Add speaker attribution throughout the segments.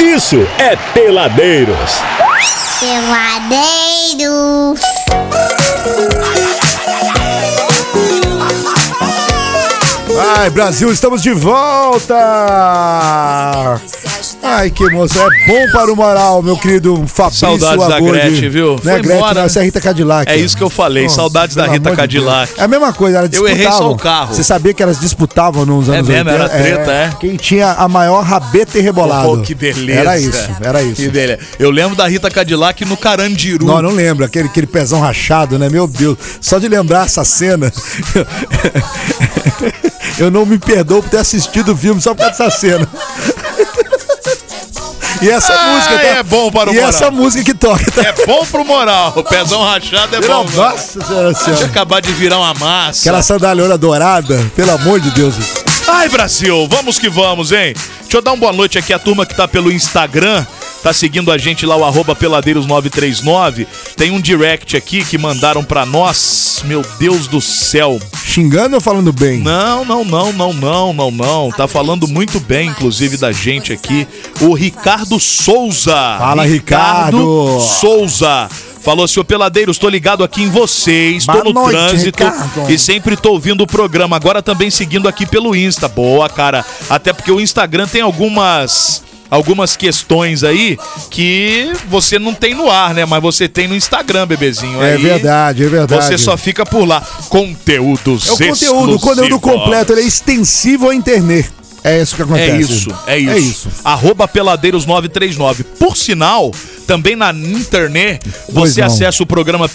Speaker 1: isso é Peladeiros.
Speaker 2: Peladeiros.
Speaker 3: Ai, Brasil, estamos de volta! Ah. Ai, que emoção. É bom para o moral, meu querido Fabrício
Speaker 4: Saudades da
Speaker 3: Agode.
Speaker 4: Gretchen, viu?
Speaker 3: Não é
Speaker 4: Foi
Speaker 3: Gretchen,
Speaker 4: embora.
Speaker 3: não, essa é Rita Cadillac.
Speaker 4: É isso que eu falei, saudades da
Speaker 3: pelo
Speaker 4: Rita
Speaker 3: amor de Deus.
Speaker 4: Cadillac.
Speaker 3: É a mesma coisa, elas
Speaker 4: Eu
Speaker 3: disputavam.
Speaker 4: errei só o carro. É
Speaker 3: Você sabia que elas disputavam nos anos 80?
Speaker 4: mesmo, era treta, é?
Speaker 3: Quem tinha a maior rabeta e rebolado.
Speaker 4: Pô, que beleza.
Speaker 3: Era isso, era isso.
Speaker 4: Que dele- Eu lembro da Rita Cadillac no Carandiru.
Speaker 3: Não, não lembro, aquele, aquele pezão rachado, né? Meu Deus, só de lembrar essa cena. Eu não me perdoo por ter assistido o filme só por causa dessa cena. E essa
Speaker 4: Ah,
Speaker 3: música. tá-
Speaker 4: é bom para o
Speaker 3: E
Speaker 4: moral.
Speaker 3: essa música que toca, tá?
Speaker 4: É bom pro moral. O pezão rachado é bom.
Speaker 3: Nossa senhora,
Speaker 4: Deixa eu
Speaker 3: senhora.
Speaker 4: acabar de virar uma massa.
Speaker 3: Aquela sandalhona dourada, pelo amor de Deus.
Speaker 4: Ai, Brasil, vamos que vamos, hein? Deixa eu dar uma boa noite aqui à turma que tá pelo Instagram. Tá seguindo a gente lá, o arroba peladeiros939. Tem um direct aqui que mandaram pra nós. Meu Deus do céu.
Speaker 3: Xingando ou falando bem?
Speaker 4: Não, não, não, não, não, não, não. Tá falando muito bem, inclusive, da gente aqui. O Ricardo Souza.
Speaker 3: Fala, Ricardo.
Speaker 4: Souza. Falou, seu Peladeiros, tô ligado aqui em vocês, tô
Speaker 3: Boa
Speaker 4: no
Speaker 3: noite,
Speaker 4: trânsito
Speaker 3: Ricardo.
Speaker 4: e sempre tô ouvindo o programa. Agora também seguindo aqui pelo Insta. Boa, cara. Até porque o Instagram tem algumas. Algumas questões aí que você não tem no ar, né? Mas você tem no Instagram, bebezinho.
Speaker 3: É
Speaker 4: Aí
Speaker 3: verdade, é verdade.
Speaker 4: Você só fica por lá. Conteúdos
Speaker 3: É o conteúdo, o conteúdo
Speaker 4: exclusivos.
Speaker 3: completo, ele é extensível à internet. É isso que acontece.
Speaker 4: É isso, é isso.
Speaker 3: É isso.
Speaker 4: Arroba Peladeiros939. Por sinal, também na internet,
Speaker 3: Pois
Speaker 4: você
Speaker 3: não.
Speaker 4: acessa o programa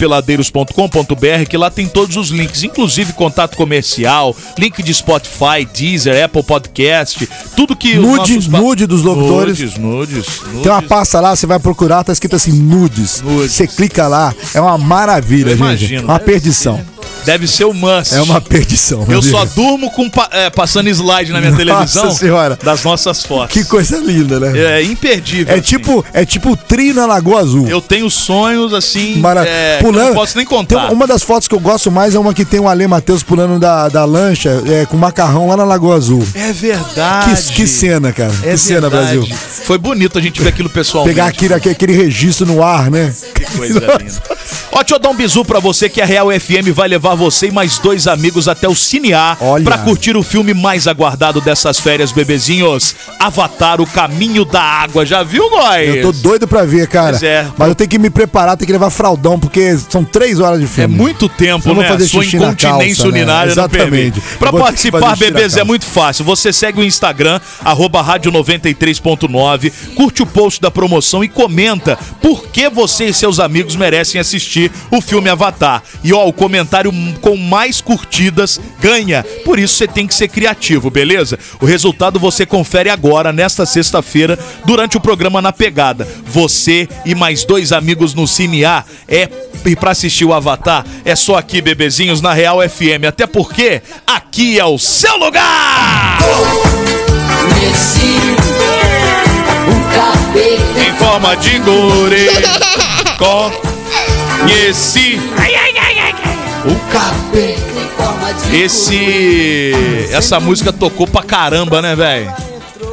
Speaker 4: peladeiros.com.br, que lá tem todos os links, inclusive contato comercial, link de Spotify, Deezer, Apple Podcast, tudo que
Speaker 3: Nude-
Speaker 4: os nossos... pa-
Speaker 3: nude dos locutores.
Speaker 4: Nudes, nudes, nudes.
Speaker 3: Tem uma pasta lá, você vai procurar, tá escrito assim, nudes.
Speaker 4: Nudes.
Speaker 3: Você clica lá, é uma maravilha,
Speaker 4: Eu
Speaker 3: gente.
Speaker 4: imagino.
Speaker 3: Uma perdição.
Speaker 4: Deve ser o must.
Speaker 3: É uma perdição. meu
Speaker 4: Eu
Speaker 3: Deus.
Speaker 4: só durmo com pa- é, passando slide na minha televisão
Speaker 3: Senhora.
Speaker 4: das nossas fotos.
Speaker 3: Que coisa linda, né?
Speaker 4: É imperdível.
Speaker 3: É,
Speaker 4: assim.
Speaker 3: tipo, é tipo o tri na Lagoa Azul.
Speaker 4: Eu tenho sonhos assim.
Speaker 3: Mara-
Speaker 4: é, que eu
Speaker 3: pulando.
Speaker 4: não posso nem
Speaker 3: Tem
Speaker 4: contar.
Speaker 3: uma- uma das fotos que eu gosto mais é uma que tem o Ale Matheus pulando da, da lancha é, com macarrão lá na Lagoa Azul.
Speaker 4: É
Speaker 3: Que,
Speaker 4: verdade.
Speaker 3: um-
Speaker 4: É
Speaker 3: que cena, cara. que cena,
Speaker 4: verdade.
Speaker 3: Brasil.
Speaker 4: Foi bonito a gente ver aquilo pessoalmente.
Speaker 3: Pegar aquele, aquele registro no ar, né?
Speaker 4: Que coisa linda. Ó, deixa eu dar um bisu pra você que a Real FM vai levar você e mais dois amigos até o Cinear
Speaker 3: Olha.
Speaker 4: pra curtir o filme mais aguardado dessas férias, bebezinhos. Avatar, o caminho da água. Já viu, nós?
Speaker 3: Eu tô doido pra ver, cara.
Speaker 4: Pois é.
Speaker 3: Mas eu tenho que me preparar, tenho que levar fraldão, porque são três horas de
Speaker 4: É
Speaker 3: filme.
Speaker 4: muito tempo,
Speaker 3: Eu vou
Speaker 4: né?
Speaker 3: fazer
Speaker 4: Sua
Speaker 3: xixi na
Speaker 4: incontinência
Speaker 3: calça, né?
Speaker 4: urinária não
Speaker 3: Exatamente.
Speaker 4: permite.
Speaker 3: Eu vou
Speaker 4: Pra
Speaker 3: ter que
Speaker 4: participar,
Speaker 3: fazer xixi na
Speaker 4: bebês, é
Speaker 3: calça.
Speaker 4: muito fácil. Você segue o Instagram, arroba rádio 93.9, curte o post da promoção e comenta por que você e seus amigos merecem assistir o filme Avatar. E ó, o comentário com mais curtidas ganha. Por isso você tem que ser criativo, beleza? O resultado você confere agora, nesta sexta-feira, durante o programa Na Pegada. Você e mais dois amigos no Cine A é e pra assistir o Avatar é só aqui, bebezinhos, na Real FM. Até porque aqui é o seu lugar! Em forma de gore, conheci o cabelo. Esse. Essa música tocou pra caramba, né, velho?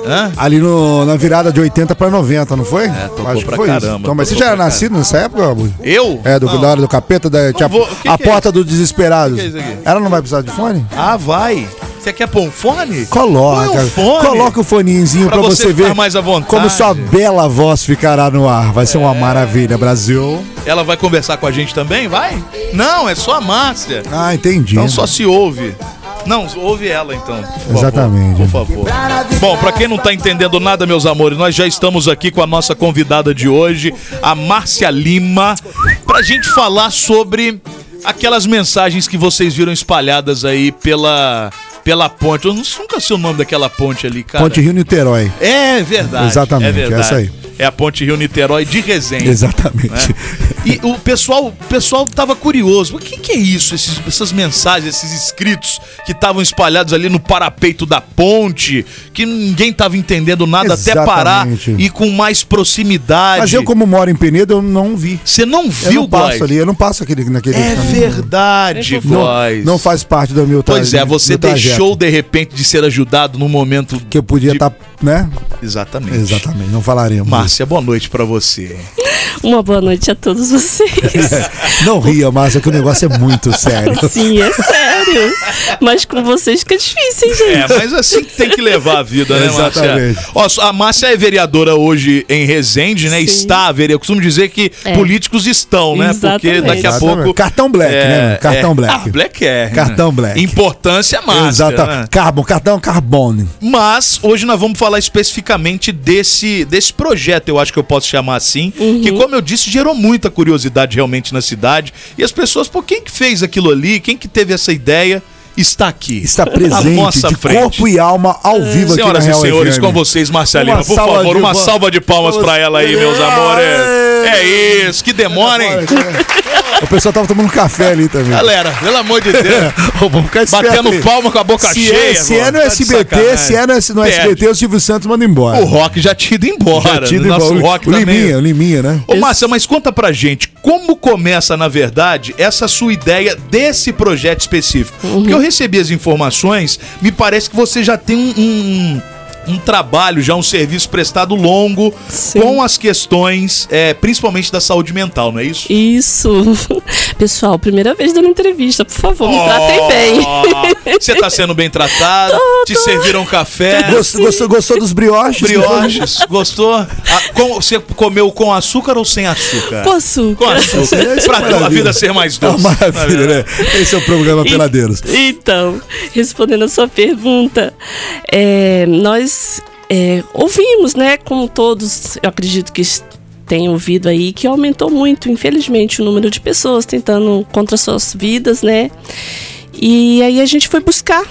Speaker 4: Hã?
Speaker 3: Ali no- na virada de 80 pra 90, não foi? É,
Speaker 4: tocou pra caramba,
Speaker 3: Então, mas você
Speaker 4: tocou
Speaker 3: já era
Speaker 4: pra
Speaker 3: nascido nessa época, Abu?
Speaker 4: Eu?
Speaker 3: É, do,
Speaker 4: Não.
Speaker 3: da hora do capeta, da, tinha
Speaker 4: vou- o que
Speaker 3: a
Speaker 4: que é
Speaker 3: porta dos desesperados.
Speaker 4: O que que é isso aqui?
Speaker 3: Ela não vai precisar de fone?
Speaker 4: Ah, vai. Você quer pôr um fone?
Speaker 3: Coloca.
Speaker 4: Põe um fone.
Speaker 3: Coloca o foninzinho
Speaker 4: Pra
Speaker 3: pra,
Speaker 4: você
Speaker 3: você
Speaker 4: ficar
Speaker 3: ver
Speaker 4: mais à vontade. É.
Speaker 3: como sua bela voz ficará no ar. Vai ser uma maravilha, Brasil.
Speaker 4: Ela vai conversar com a gente também, vai? Não, é só a Márcia.
Speaker 3: Ah, entendi.
Speaker 4: Então só se ouve. Não, ouve ela então. por
Speaker 3: Exatamente.
Speaker 4: favor, por favor. Bom, pra quem não tá entendendo nada, meus amores, nós já estamos aqui com a nossa convidada de hoje, a Márcia Lima, pra gente falar sobre aquelas mensagens que vocês viram espalhadas aí pela pela ponte. Eu nunca sei o nome daquela ponte ali, cara.
Speaker 3: Ponte Rio Niterói.
Speaker 4: É verdade.
Speaker 3: Exatamente,
Speaker 4: é verdade.
Speaker 3: essa aí.
Speaker 4: é a Ponte Rio Niterói de Resende.
Speaker 3: Exatamente.
Speaker 4: E o pessoal, o pessoal tava curioso. O que, que é isso? Esses- essas mensagens, esses escritos que estavam espalhados ali no parapeito da ponte, que ninguém tava entendendo nada até parar
Speaker 3: Exatamente.
Speaker 4: e com mais proximidade.
Speaker 3: Mas eu, como moro em Penedo, eu não vi.
Speaker 4: Você não
Speaker 3: Eu
Speaker 4: viu,
Speaker 3: não passo
Speaker 4: Góis?
Speaker 3: ali, eu não passo aquele, naquele
Speaker 4: É
Speaker 3: caminho.
Speaker 4: verdade, Góis.
Speaker 3: Não faz parte do meu tra-
Speaker 4: Pois é, você
Speaker 3: do trajeto,
Speaker 4: deixou de repente de ser ajudado num momento
Speaker 3: Que eu podia
Speaker 4: de-
Speaker 3: estar, né?
Speaker 4: Exatamente.
Speaker 3: Exatamente, não falaremos.
Speaker 4: Márcia, boa noite pra você.
Speaker 2: Uma boa noite a todos vocês.
Speaker 3: É, Não ria, Márcia, que o negócio é muito sério.
Speaker 2: Sim, é sério. Mas com vocês fica difícil, hein, gente?
Speaker 4: É, mas assim que tem que levar a vida, né, Márcia?
Speaker 3: Exatamente.
Speaker 4: Ó, a Márcia é vereadora hoje em Resende, né?
Speaker 2: Sim.
Speaker 4: Está vereadora. Eu costumo dizer que
Speaker 2: É.
Speaker 4: políticos estão, né? Porque
Speaker 2: Exatamente.
Speaker 4: daqui a
Speaker 3: Exatamente.
Speaker 4: pouco.
Speaker 3: Cartão black, né? Cartão black.
Speaker 4: Ah, black é. né?
Speaker 3: Cartão black.
Speaker 4: Importância Márcia. né?
Speaker 3: Exatamente. Carbon, cartão carbono.
Speaker 4: Mas hoje nós vamos falar especificamente desse, desse projeto, eu acho que eu posso chamar assim, que
Speaker 2: Uhum.
Speaker 4: como eu disse, gerou muita curiosidade realmente na cidade e as pessoas, pô, quem que fez aquilo ali? Quem que teve essa ideia? Está aqui.
Speaker 3: Está
Speaker 4: À
Speaker 3: presente
Speaker 4: nossa
Speaker 3: de
Speaker 4: frente.
Speaker 3: corpo e alma ao vivo aqui na
Speaker 4: Senhoras e
Speaker 3: Real
Speaker 4: senhores,
Speaker 3: FM.
Speaker 4: com vocês, Marcelina,
Speaker 3: Uma
Speaker 4: por
Speaker 3: salva
Speaker 4: favor,
Speaker 3: de
Speaker 4: uma
Speaker 3: palmas.
Speaker 4: salva de palmas pra ela aí, meus amores. É isso, que demorem.
Speaker 3: O pessoal tava tomando café ali também.
Speaker 4: Galera, pelo amor de Deus.
Speaker 3: Vamos ficar esperto
Speaker 4: Batendo
Speaker 3: aí.
Speaker 4: palma com a boca
Speaker 3: se
Speaker 4: cheia.
Speaker 3: É, se é
Speaker 4: mano,
Speaker 3: no
Speaker 4: tá de
Speaker 3: SBT, se é no,
Speaker 4: sacanagem.
Speaker 3: no SBT, o Silvio Santos manda embora.
Speaker 4: O rock já tinha ido embora. né?
Speaker 3: Já tinha ido
Speaker 4: Nosso
Speaker 3: embora.
Speaker 4: rock
Speaker 3: o
Speaker 4: também.
Speaker 3: Liminha, o Liminha, né?
Speaker 4: Ô, Márcia, mas conta pra gente, como começa, na verdade, essa sua ideia desse projeto específico?
Speaker 3: Uhum.
Speaker 4: Porque eu recebi as informações, me parece que você já tem um. um- um trabalho, já um serviço prestado longo
Speaker 2: Sim.
Speaker 4: com as questões, é, principalmente da saúde mental, não é isso?
Speaker 2: Isso. Pessoal, primeira vez dando entrevista, por favor, me tratem bem.
Speaker 4: bem. Você tá sendo bem tratado, te serviram café,
Speaker 3: Gostou, gostou, gostou dos brioches?
Speaker 4: brioches, gostou? Ah, com- você comeu com açúcar ou sem açúcar?
Speaker 2: Com açúcar.
Speaker 4: Com açúcar.
Speaker 3: Isso é
Speaker 4: pra a
Speaker 3: maravilha.
Speaker 4: vida ser mais
Speaker 3: É uma
Speaker 4: doce.
Speaker 3: maravilha, né? Esse é o programa
Speaker 2: E-
Speaker 3: Peladeiros.
Speaker 2: Então, respondendo a sua pergunta, é, nós é, ouvimos, né, como todos, eu acredito que es- têm ouvido aí, que aumentou muito, infelizmente, o número de pessoas tentando contra suas vidas, né? E aí a gente foi buscar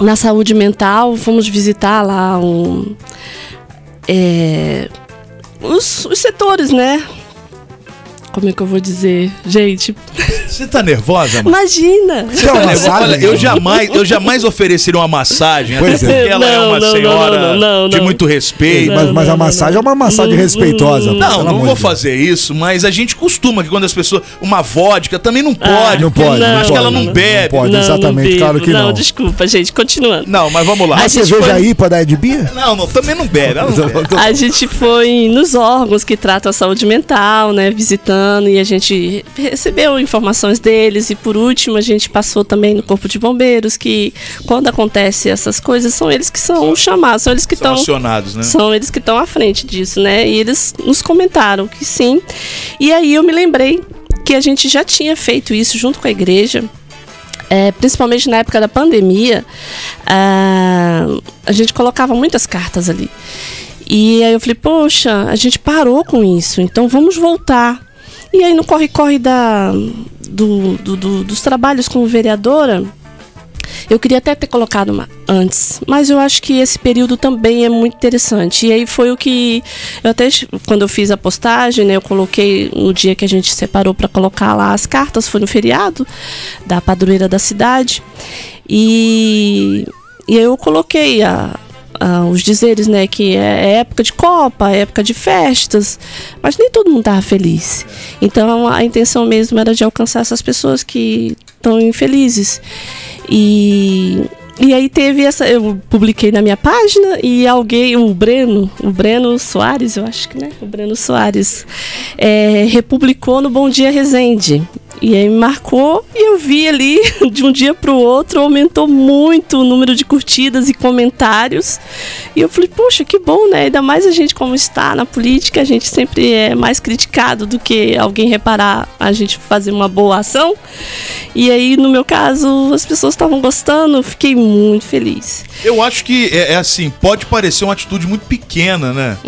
Speaker 2: na saúde mental, fomos visitar lá um, é, os- os setores, né? Como é que eu vou dizer? Gente,
Speaker 4: Você tá nervosa, mano?
Speaker 2: imagina!
Speaker 3: Você é uma
Speaker 4: Olha,
Speaker 3: massagem?
Speaker 4: olha, tá eu jamais, eu jamais ofereceria uma massagem, até
Speaker 3: Pois é.
Speaker 4: porque ela é
Speaker 2: Não,
Speaker 4: uma
Speaker 2: não,
Speaker 4: senhora
Speaker 2: não, não, não,
Speaker 4: de
Speaker 2: não.
Speaker 4: muito respeito.
Speaker 3: Mas, mas a
Speaker 2: não, não,
Speaker 3: massagem é uma massagem
Speaker 2: Não,
Speaker 3: respeitosa. pô,
Speaker 4: Não,
Speaker 3: pelo
Speaker 4: não
Speaker 3: amor
Speaker 4: vou
Speaker 3: de Deus.
Speaker 4: fazer isso, mas a gente costuma que quando as pessoas. Uma vodka também não pode.
Speaker 3: Ah, Não pode,
Speaker 2: Não,
Speaker 3: não
Speaker 2: acho
Speaker 4: que
Speaker 3: pode,
Speaker 4: ela não bebe.
Speaker 3: pode, exatamente,
Speaker 2: bebo.
Speaker 3: claro que não.
Speaker 2: desculpa, gente, continuando.
Speaker 4: Não, mas vamos lá.
Speaker 2: A
Speaker 3: A
Speaker 2: gente
Speaker 3: cerveja
Speaker 2: foi-
Speaker 3: aí pra dar de bia?
Speaker 4: Não, não, também não bebe. ela
Speaker 3: Então,
Speaker 4: não bebe.
Speaker 2: A gente foi nos órgãos que tratam a saúde mental, né, visitando e a gente recebeu informações deles e por último a gente passou também no corpo de bombeiros que quando acontece essas coisas são eles que são chamados, são eles que
Speaker 4: São
Speaker 2: estão
Speaker 4: acionados, né?
Speaker 2: São eles que estão à frente disso, né? E eles nos comentaram que sim. E aí eu me lembrei que a gente já tinha feito isso junto com a igreja. é, principalmente na época da pandemia, ah, a gente colocava muitas cartas ali. E aí eu falei, poxa, a gente parou com isso, então vamos voltar. E aí no corre-corre da, do- do- do- dos trabalhos como vereadora, eu queria até ter colocado uma antes, mas eu acho que esse período também é muito interessante. E aí foi o que eu até quando eu fiz a postagem, né, eu coloquei no dia que a gente separou para colocar lá as cartas, foi no feriado da padroeira da cidade. E e aí eu coloquei a- a- os dizeres, né, que é época de Copa, é época de festas, mas nem todo mundo estava feliz. Então a intenção mesmo era de alcançar essas pessoas que estão infelizes. E, e aí teve essa. Eu publiquei na minha página e alguém, o Breno, o Breno Soares, eu acho que, né? O Breno Soares, é, republicou no Bom Dia Resende. E aí me marcou e eu vi ali, de um dia para o outro, aumentou muito o número de curtidas e comentários. E eu falei, poxa, que bom, né? Ainda mais a gente como está na política, a gente sempre é mais criticado do que alguém reparar a gente fazer uma boa ação. E aí, no meu caso, as pessoas estavam gostando, eu fiquei muito feliz.
Speaker 4: Eu acho que é, é assim, pode parecer uma atitude muito pequena, né?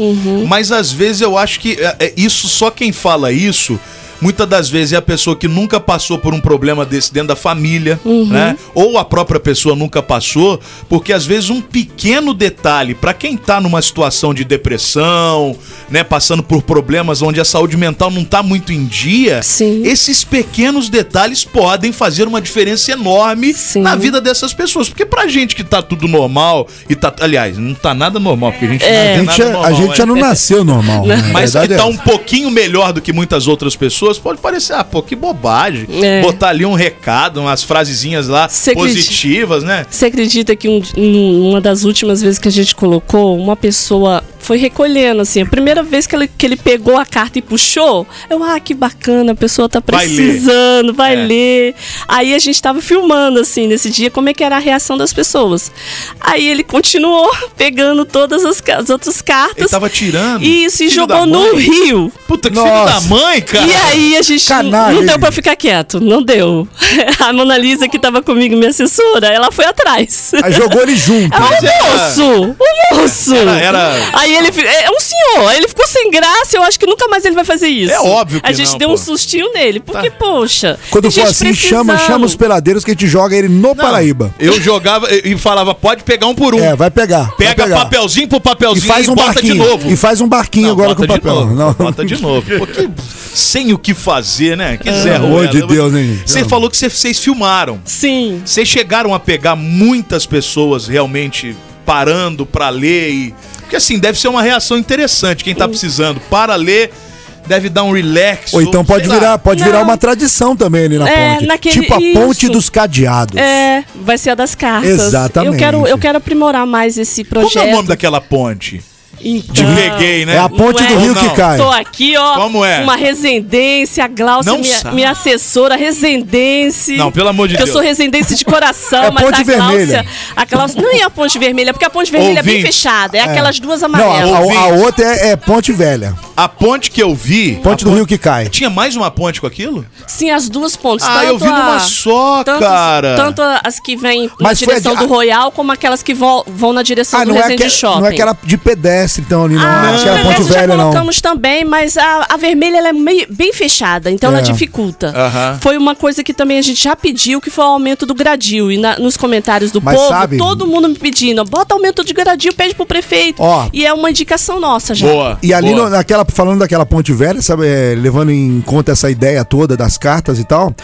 Speaker 4: Mas às vezes eu acho que é, é, isso só quem fala isso muitas das vezes é a pessoa que nunca passou por um problema desse dentro da família, né? Ou a própria pessoa nunca passou, porque às vezes um pequeno detalhe para quem tá numa situação de depressão, né, passando por problemas onde a saúde mental não tá muito em dia,
Speaker 2: Sim.
Speaker 4: esses pequenos detalhes podem fazer uma diferença enorme
Speaker 2: Sim.
Speaker 4: na vida dessas pessoas, porque pra gente que tá tudo normal e tá, aliás, não tá nada normal, porque a gente não
Speaker 3: A
Speaker 4: tem
Speaker 3: gente,
Speaker 4: nada
Speaker 3: é-
Speaker 4: normal.
Speaker 3: a gente já
Speaker 4: é.
Speaker 3: não nasceu normal. né? A
Speaker 4: Mas que
Speaker 3: verdade é
Speaker 4: tá um
Speaker 3: essa.
Speaker 4: pouquinho melhor do que muitas outras pessoas, pode parecer, ah, pô, que bobagem.
Speaker 2: É.
Speaker 4: Botar ali um recado, umas frasezinhas lá
Speaker 2: Você acredita?
Speaker 4: positivas, né?
Speaker 2: Você acredita que um- um- uma das últimas vezes que a gente colocou, uma pessoa foi recolhendo, assim, a primeira vez que ele, que ele pegou a carta e puxou, eu, ah, que bacana, a pessoa tá
Speaker 4: Vai ler.
Speaker 2: precisando, vai
Speaker 4: É.
Speaker 2: ler. Aí a gente tava filmando, assim, nesse dia, como é que era a reação das pessoas. Aí ele continuou pegando todas as, ca- as outras
Speaker 4: Ele
Speaker 2: cartas.
Speaker 4: tava tirando.
Speaker 2: E se
Speaker 4: Filho
Speaker 2: jogou
Speaker 4: da
Speaker 2: no
Speaker 4: mãe.
Speaker 2: rio.
Speaker 4: Puta que filho
Speaker 3: Nossa.
Speaker 4: da mãe, cara.
Speaker 2: E aí a gente n-
Speaker 3: Canalha,
Speaker 2: não deu
Speaker 3: hein?
Speaker 2: pra ficar quieto, não deu. A Mona Lisa que tava comigo, minha assessora, ela foi atrás.
Speaker 3: Aí jogou ele junto.
Speaker 2: É
Speaker 4: Mas era-
Speaker 2: um moço! Um moço!
Speaker 4: Era- era-
Speaker 2: Aí ele. fi- É um senhor! Ele ficou sem graça, eu acho que nunca mais ele vai fazer isso.
Speaker 4: É óbvio que
Speaker 2: A gente
Speaker 4: não,
Speaker 2: deu
Speaker 4: pô. Tá.
Speaker 2: um sustinho nele, porque, poxa.
Speaker 3: Quando
Speaker 2: tem
Speaker 3: for
Speaker 2: gente
Speaker 3: assim, chama,
Speaker 2: precisando.
Speaker 3: chama os peladeiros que a gente joga ele no
Speaker 4: Não,
Speaker 3: Paraíba.
Speaker 4: Eu jogava e e falava, pode pegar um por um.
Speaker 3: É, vai pegar. vai
Speaker 4: Pega
Speaker 3: pegar.
Speaker 4: papelzinho por
Speaker 3: E
Speaker 4: papelzinho e,
Speaker 3: faz um
Speaker 4: bota
Speaker 3: barquinho.
Speaker 4: de novo.
Speaker 3: E faz um barquinho
Speaker 4: Não,
Speaker 3: agora com
Speaker 4: bota de
Speaker 3: papel.
Speaker 4: novo,
Speaker 3: Não.
Speaker 4: Bota de novo. Pô, que- sem o que fazer, né? Que Zé
Speaker 3: É. amor
Speaker 4: Ruela.
Speaker 3: de Deus, hein?
Speaker 4: Você falou que vocês filmaram.
Speaker 2: Sim.
Speaker 4: Vocês chegaram a pegar muitas pessoas realmente parando pra ler e. Porque assim, deve ser uma reação interessante. Quem tá precisando para ler, deve dar um relax.
Speaker 3: Ou então pode
Speaker 4: sei lá.
Speaker 3: virar, pode
Speaker 2: Não.
Speaker 3: virar uma tradição também ali na
Speaker 2: É,
Speaker 3: ponte.
Speaker 2: naquele-
Speaker 3: Tipo a ponte
Speaker 2: isso.
Speaker 3: dos cadeados.
Speaker 2: É, vai ser a das cartas.
Speaker 3: Exatamente.
Speaker 2: Eu quero, eu quero aprimorar mais esse projeto.
Speaker 4: Como é o nome daquela ponte?
Speaker 2: Então,
Speaker 4: De Leguei, né?
Speaker 3: É a ponte
Speaker 2: Ué,
Speaker 3: do rio
Speaker 4: não.
Speaker 3: que cai.
Speaker 2: Tô aqui, ó.
Speaker 4: Como é?
Speaker 2: Uma resendense, a Glaucia,
Speaker 4: Não
Speaker 2: minha,
Speaker 4: sabe.
Speaker 2: minha assessora, resendense.
Speaker 4: Não, pelo amor de
Speaker 2: Porque
Speaker 4: Deus.
Speaker 2: Eu sou resendense de coração,
Speaker 3: É a
Speaker 2: mas
Speaker 3: Ponte
Speaker 2: a Glaucia.
Speaker 3: Vermelha.
Speaker 2: A Glaucia. Não é a ponte vermelha, porque a ponte vermelha é bem
Speaker 4: Ouvinte.
Speaker 2: fechada. É, aquelas duas
Speaker 3: Não, a,
Speaker 2: amarelas.
Speaker 3: a- a
Speaker 4: Ouvinte.
Speaker 3: outra é, é Ponte Velha.
Speaker 4: A ponte que eu vi.
Speaker 3: Ponte do Rio que cai.
Speaker 4: Tinha mais uma ponte com aquilo?
Speaker 2: Sim, as duas pontes.
Speaker 4: Ah, eu vi
Speaker 2: a-
Speaker 4: numa só,
Speaker 2: tanto,
Speaker 4: cara.
Speaker 2: Tanto as que vêm na
Speaker 3: Mas foi a
Speaker 2: direção
Speaker 3: de-
Speaker 2: do Royal, como aquelas que vo- vão na direção do
Speaker 3: não é,
Speaker 2: Resende
Speaker 3: aquela,
Speaker 2: Shopping.
Speaker 3: não é aquela de pedestre, então, ali, não.
Speaker 2: Ah,
Speaker 3: Acho que era
Speaker 2: de
Speaker 3: Ponte
Speaker 2: pedestre já
Speaker 3: Velha, não.
Speaker 2: colocamos também, mas a, a vermelha ela é meio- bem fechada, então
Speaker 3: É.
Speaker 2: ela dificulta.
Speaker 4: Aham.
Speaker 2: Foi uma coisa que também a gente já pediu, que foi o aumento do gradil. E na- nos comentários do
Speaker 3: Mas
Speaker 2: povo,
Speaker 3: sabe-
Speaker 2: todo mundo me pedindo, bota aumento de gradil, pede pro prefeito.
Speaker 3: Ó.
Speaker 2: e é uma indicação nossa já.
Speaker 4: Boa.
Speaker 3: E ali,
Speaker 4: boa.
Speaker 3: no- naquela, falando daquela ponte velha, sabe, é, levando em conta essa ideia toda das cartas e tal,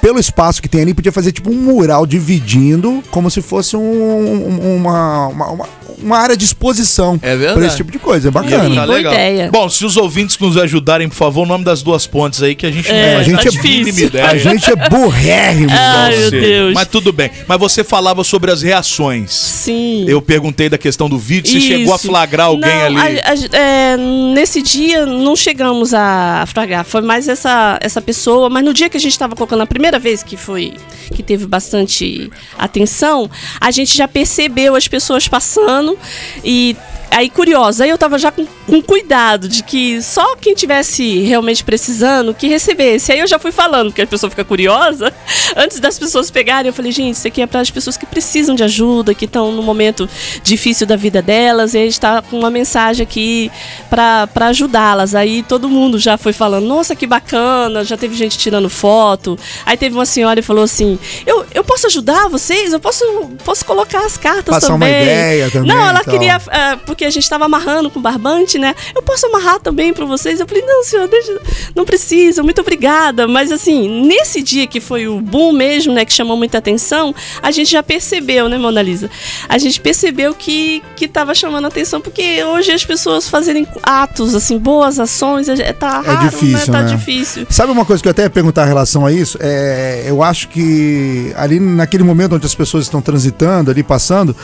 Speaker 3: pelo espaço que tem ali, podia fazer tipo um mural dividindo, como se fosse um- um- uma, uma, uma- uma área de exposição.
Speaker 4: É verdade.
Speaker 3: Pra esse tipo de coisa, é
Speaker 4: Ia ficar
Speaker 3: bacana.
Speaker 2: boa ideia.
Speaker 4: Tá Bom, se os ouvintes que nos ajudarem, por favor, o nome das duas pontes aí que a gente
Speaker 2: É,
Speaker 4: não
Speaker 3: a gente
Speaker 2: tá
Speaker 3: é-
Speaker 4: mínima
Speaker 2: difícil.
Speaker 4: ideia.
Speaker 3: A gente é burrérrimo.
Speaker 2: Ai,
Speaker 3: nossa.
Speaker 2: meu Deus.
Speaker 4: Mas tudo bem. Mas você falava sobre as reações.
Speaker 2: Sim.
Speaker 4: Eu perguntei da questão do vídeo, se chegou a
Speaker 2: Isso.
Speaker 4: flagrar alguém
Speaker 2: Não,
Speaker 4: ali.
Speaker 2: a- a- é, nesse dia não chegamos a flagrar, foi mais essa, essa pessoa, mas no dia que a gente estava colocando a primeira vez que foi que teve bastante atenção, a gente já percebeu as pessoas passando e aí curiosa, aí eu tava já com, com cuidado de que só quem tivesse realmente precisando que recebesse. Aí eu já fui falando, porque a pessoa fica curiosa, antes das pessoas pegarem, eu falei, gente, isso aqui é para as pessoas que precisam de ajuda, que estão num momento difícil da vida delas, e a gente tá com uma mensagem aqui para ajudá-las. Aí todo mundo já foi falando, nossa, que bacana, já teve gente tirando foto. Aí teve uma senhora e falou assim: Eu, eu posso ajudar vocês? Eu posso, posso colocar as cartas
Speaker 3: Passar uma
Speaker 2: também.
Speaker 3: ideia também então.
Speaker 2: Não,
Speaker 3: e
Speaker 2: ela
Speaker 3: tal.
Speaker 2: queria é, porque a gente tava amarrando com barbante, né? Eu posso amarrar também pra vocês? Eu falei, não, senhor, deixa, não precisa, muito obrigada. Mas assim, nesse dia que foi o boom mesmo, né, que chamou muita atenção, a gente já percebeu, né, Mona Lisa? A gente percebeu que, que tava chamando atenção, porque hoje as pessoas fazerem atos, assim, boas ações, é- tá raro,
Speaker 3: difícil,
Speaker 2: Tá
Speaker 3: né?
Speaker 2: difícil.
Speaker 3: Sabe uma coisa que eu até ia perguntar em relação a isso? É, eu acho que ali naquele momento onde as pessoas estão transitando, ali passando,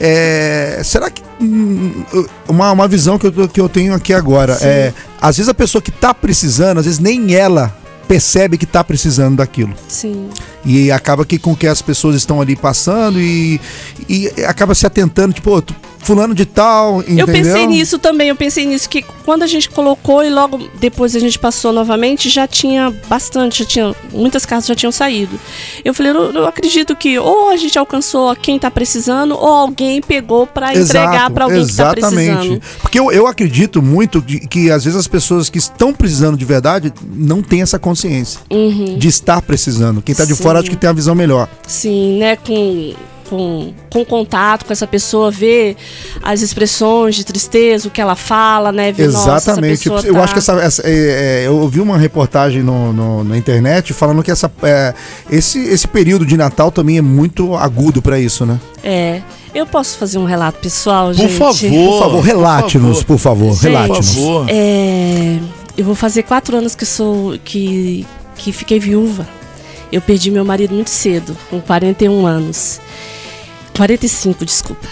Speaker 3: é, será que. hum, Uma, uma visão que eu, tô- que eu tenho aqui agora. É, às vezes a pessoa que tá precisando, às vezes nem ela percebe que tá precisando daquilo.
Speaker 2: Sim.
Speaker 3: E acaba que com que as pessoas estão ali passando e, e acaba se atentando, tipo, "Ô, tu fulano de tal, entendeu?
Speaker 2: Eu pensei nisso também, eu pensei nisso, que quando a gente colocou e logo depois a gente passou novamente, já tinha bastante, já tinha, muitas cartas já tinham saído. Eu falei, eu, eu acredito que ou a gente alcançou a quem tá precisando, ou alguém pegou para entregar para alguém que tá precisando.
Speaker 3: Porque eu, eu acredito muito de- que às vezes as pessoas que estão precisando de verdade não têm essa consciência de estar precisando. Quem tá de
Speaker 2: Uhum. Sim.
Speaker 3: fora acho que tem a visão melhor.
Speaker 2: Sim, né, com... Com, com contato com essa pessoa, ver as expressões de tristeza, o que ela fala, né? Ver, nossa, essa
Speaker 3: Exatamente.
Speaker 2: pessoa
Speaker 3: eu
Speaker 2: tá-
Speaker 3: acho que essa. essa- é, é, eu ouvi uma reportagem no, no- na internet falando que essa, é, esse, esse período de Natal também é muito agudo pra isso, né?
Speaker 2: É. Eu posso fazer um relato pessoal,
Speaker 4: Por
Speaker 2: gente?
Speaker 4: favor.
Speaker 3: Por favor, relate-nos, por favor.
Speaker 2: Gente,
Speaker 4: Por
Speaker 3: Relate-nos.
Speaker 4: favor.
Speaker 2: É, eu vou fazer quatro anos que sou que, que fiquei viúva. Eu perdi meu marido muito cedo, com 41 anos. 45, desculpa.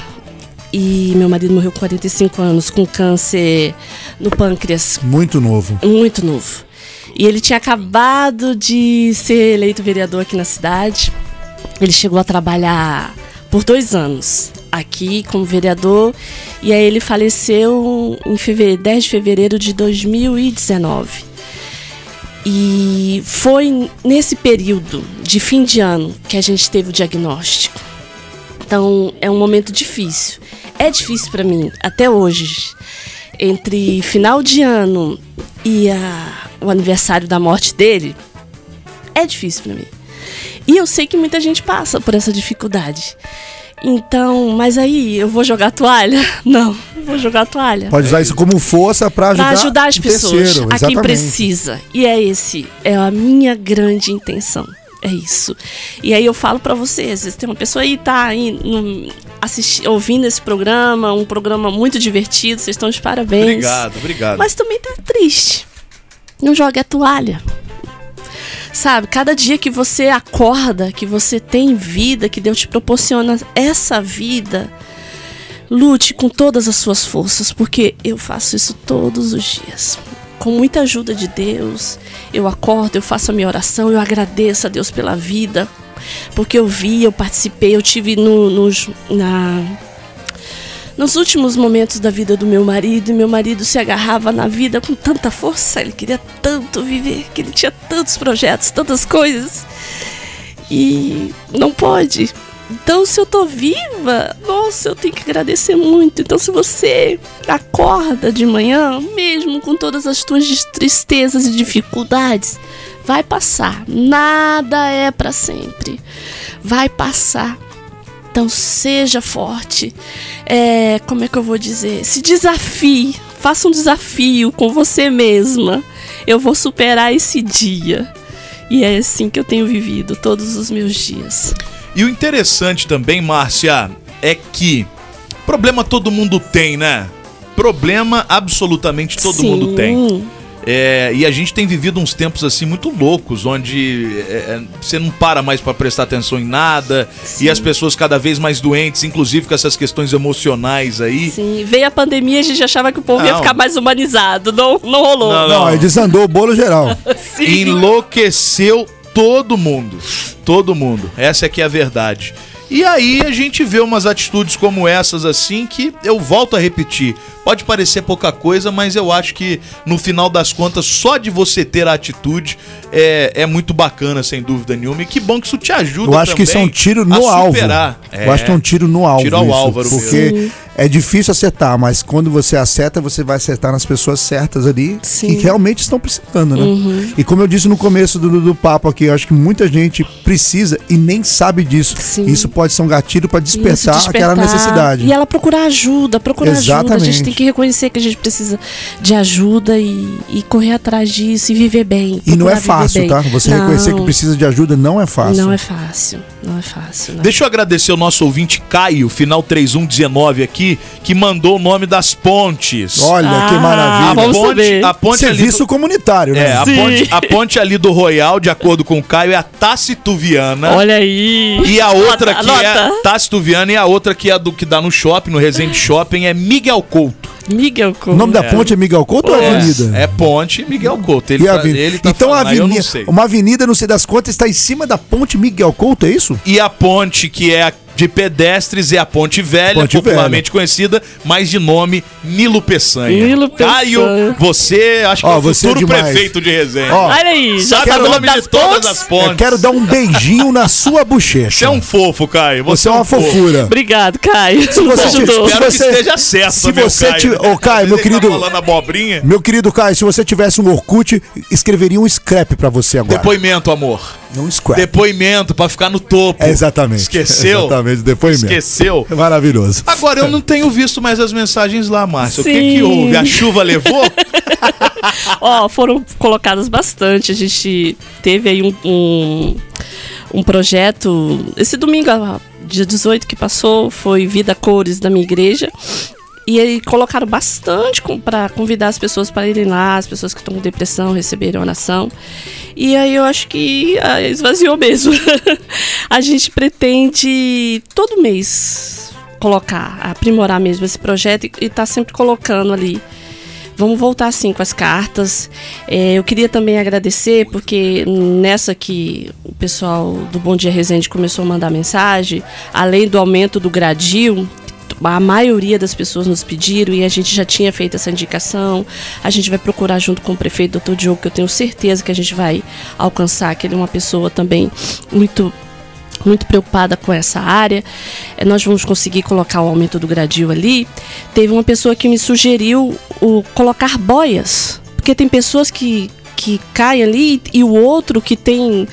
Speaker 2: E meu marido morreu com 45 anos, com câncer no pâncreas,
Speaker 3: Muito novo.
Speaker 2: muito novo. E ele tinha acabado de ser eleito vereador aqui na cidade. Ele chegou a trabalhar por dois anos aqui como vereador. E aí ele faleceu em feve- 10 de fevereiro de 2019. E foi nesse período de fim de ano que a gente teve o diagnóstico. Então é um momento difícil. É difícil para mim até hoje. Entre final de ano e a- o aniversário da morte dele, é difícil para mim. E eu sei que muita gente passa por essa dificuldade. Então, mas aí eu vou jogar a toalha? Não, não vou jogar a toalha
Speaker 3: Pode usar isso como força pra ajudar,
Speaker 2: para ajudar as
Speaker 3: o
Speaker 2: pessoas,
Speaker 3: terceiro,
Speaker 2: a quem
Speaker 3: exatamente.
Speaker 2: precisa. E é esse, é a minha grande intenção. É isso. E aí eu falo pra vocês, às vezes tem uma pessoa aí tá aí no- assisti- ouvindo esse programa, um programa muito divertido, vocês estão de parabéns.
Speaker 4: Obrigado, obrigado.
Speaker 2: Mas também tá triste. Não jogue a toalha. Sabe, cada dia que você acorda, que você tem vida, que Deus te proporciona essa vida, lute com todas as suas forças, porque eu faço isso todos os dias. Com muita ajuda de Deus, eu acordo, eu faço a minha oração, eu agradeço a Deus pela vida, porque eu vi, eu participei, eu tive no, nos- na, nos últimos momentos da vida do meu marido, e meu marido se agarrava na vida com tanta força, ele queria tanto viver, que ele tinha tantos projetos, tantas coisas. E não pode. Então, se eu tô viva, nossa, eu tenho que agradecer muito. Então, se você acorda de manhã, mesmo com todas as tuas dis- tristezas e dificuldades, vai passar. Nada é pra sempre. Vai passar. Então seja forte. É, como é que eu vou dizer? Se desafie. Faça um desafio com você mesma. Eu vou superar esse dia. E é assim que eu tenho vivido todos os meus dias.
Speaker 4: E o interessante também, Márcia, é que problema todo mundo tem, né? Problema absolutamente todo
Speaker 2: Sim.
Speaker 4: mundo tem. É, e a gente tem vivido uns tempos assim muito loucos, onde é, é, você não para mais pra prestar atenção em nada
Speaker 2: Sim.
Speaker 4: e as pessoas cada vez mais doentes, inclusive com essas questões emocionais aí.
Speaker 2: Sim. Veio a pandemia a gente achava que o povo ia
Speaker 4: Não.
Speaker 2: ficar mais humanizado. Não, não rolou.
Speaker 4: Não,
Speaker 3: Não, aí desandou o bolo geral.
Speaker 2: Sim.
Speaker 4: Enlouqueceu todo mundo. Todo mundo. Essa é que é a verdade. E aí a gente vê umas atitudes como essas assim que eu volto a repetir. Pode parecer pouca coisa, mas eu acho que no final das contas, só de você ter a atitude é, é muito bacana, sem dúvida nenhuma. E que bom que isso te ajuda
Speaker 3: Eu acho que isso é um
Speaker 4: também
Speaker 3: tiro
Speaker 4: a
Speaker 3: no alvo.
Speaker 4: superar.
Speaker 3: Eu acho que é um tiro no alvo.
Speaker 4: Tiro ao
Speaker 3: isso,
Speaker 4: alvo, era o
Speaker 3: Porque é difícil acertar, mas quando você acerta, você vai acertar nas pessoas certas ali
Speaker 2: Sim. Uhum.
Speaker 3: que realmente estão precisando, né? E como eu disse no começo do, do papo aqui, eu acho que muita gente precisa e nem sabe disso.
Speaker 2: Sim.
Speaker 3: Isso pode ser um gatilho para despertar,
Speaker 2: Isso,
Speaker 3: aquela necessidade.
Speaker 2: E ela procurar ajuda, procurar ajuda. A
Speaker 3: Exatamente.
Speaker 2: gente tem que reconhecer que a gente precisa de ajuda e, e correr atrás disso e viver bem.
Speaker 3: E não
Speaker 2: procurar
Speaker 3: é
Speaker 2: viver
Speaker 3: fácil,
Speaker 2: bem.
Speaker 3: tá? Você reconhecer que
Speaker 2: Não.
Speaker 3: precisa de ajuda não é fácil.
Speaker 2: Não é fácil, não é fácil. não.
Speaker 4: Deixa eu agradecer o nosso ouvinte Caio, final 3119 aqui, que mandou o nome das pontes.
Speaker 3: Olha que
Speaker 2: Ah,
Speaker 4: a
Speaker 3: maravilha.
Speaker 2: vamos
Speaker 4: ponte,
Speaker 2: saber.
Speaker 4: a ponte ali do-
Speaker 3: Serviço comunitário, né?
Speaker 4: É, a
Speaker 2: Sim.
Speaker 4: ponte, a ponte ali do Royal, de acordo com o Caio, é a Tassituviana.
Speaker 2: Olha aí.
Speaker 4: E a outra
Speaker 2: Nota,
Speaker 4: que é a
Speaker 2: nota.
Speaker 4: Tassituviana e a outra que é a do que dá no shopping, no Resende Shopping, é Miguel Couto.
Speaker 2: Miguel Couto.
Speaker 3: O nome da ponte é Miguel Couto ou
Speaker 4: É,
Speaker 3: Avenida?
Speaker 4: É ponte Miguel Couto. Ele,
Speaker 3: E a
Speaker 4: tá,
Speaker 3: avenida.
Speaker 4: ele tá
Speaker 3: então a
Speaker 4: falando, aí eu
Speaker 3: avenida,
Speaker 4: não sei.
Speaker 3: uma avenida, não sei das contas, está em cima da ponte Miguel Couto, é isso?
Speaker 4: E a ponte que é a de pedestres é a Ponte Velha,
Speaker 3: Ponte
Speaker 4: popularmente conhecida, mas de nome Nilo Peçanha.
Speaker 2: Nilo Peçanha.
Speaker 4: Caio, você acho que
Speaker 3: Ó,
Speaker 4: é o
Speaker 3: você é
Speaker 4: futuro
Speaker 3: demais.
Speaker 4: prefeito de Resenha.
Speaker 3: Ó,
Speaker 2: Olha aí, já
Speaker 4: Sabe o
Speaker 2: sabe
Speaker 4: Ah,
Speaker 2: o
Speaker 4: tá, nome
Speaker 2: das
Speaker 4: de todas
Speaker 2: pontes?
Speaker 4: as
Speaker 3: Eu
Speaker 4: pontes.
Speaker 3: quero dar um beijinho na sua
Speaker 4: Você
Speaker 3: bochecha.
Speaker 4: é um fofo, Caio. um
Speaker 3: Você é uma fofura.
Speaker 2: Obrigado, Caio. Nos
Speaker 3: você te-
Speaker 2: ajudou.
Speaker 3: se
Speaker 4: Espero que
Speaker 3: você-
Speaker 4: esteja certo,
Speaker 3: se
Speaker 4: meu
Speaker 3: você
Speaker 4: Caio.
Speaker 3: te- Ô, Caio, meu
Speaker 4: Ele tá
Speaker 3: querido-
Speaker 4: falando abobrinha.
Speaker 3: Meu querido Caio, se você tivesse um Orkut, escreveria um scrap pra você agora.
Speaker 4: Depoimento, amor.
Speaker 3: Um scrap.
Speaker 4: Depoimento pra ficar no topo.
Speaker 3: É, exatamente.
Speaker 4: Esqueceu?
Speaker 3: Exatamente, depoimento.
Speaker 4: Esqueceu?
Speaker 3: É Maravilhoso.
Speaker 4: Agora eu não tenho visto mais as mensagens lá, Márcia. O que,
Speaker 2: Sim.
Speaker 4: que houve? A chuva levou?
Speaker 2: Ó, foram colocadas bastante. A gente teve aí um, um, um projeto. Esse domingo, ah, dia 18 que passou, foi Vida Cores da minha igreja. E aí colocaram bastante para convidar as pessoas para irem lá, as pessoas que estão com depressão receberem oração. E aí eu acho que ah, esvaziou mesmo. a gente pretende todo mês colocar, aprimorar mesmo esse projeto e estar sempre colocando ali Vamos voltar sim com as cartas. É, eu queria também agradecer, porque nessa que o pessoal do Bom Dia Resende começou a mandar mensagem, além do aumento do gradil, a maioria das pessoas nos pediram e a gente já tinha feito essa indicação. A gente vai procurar junto com o prefeito Dr. Diogo, que eu tenho certeza que a gente vai alcançar, que ele é uma pessoa também muito muito preocupada com essa área. Eh, Nós vamos conseguir colocar o aumento do gradil ali. Teve uma pessoa que me sugeriu o colocar boias, porque tem pessoas que que caem ali e o outro que tem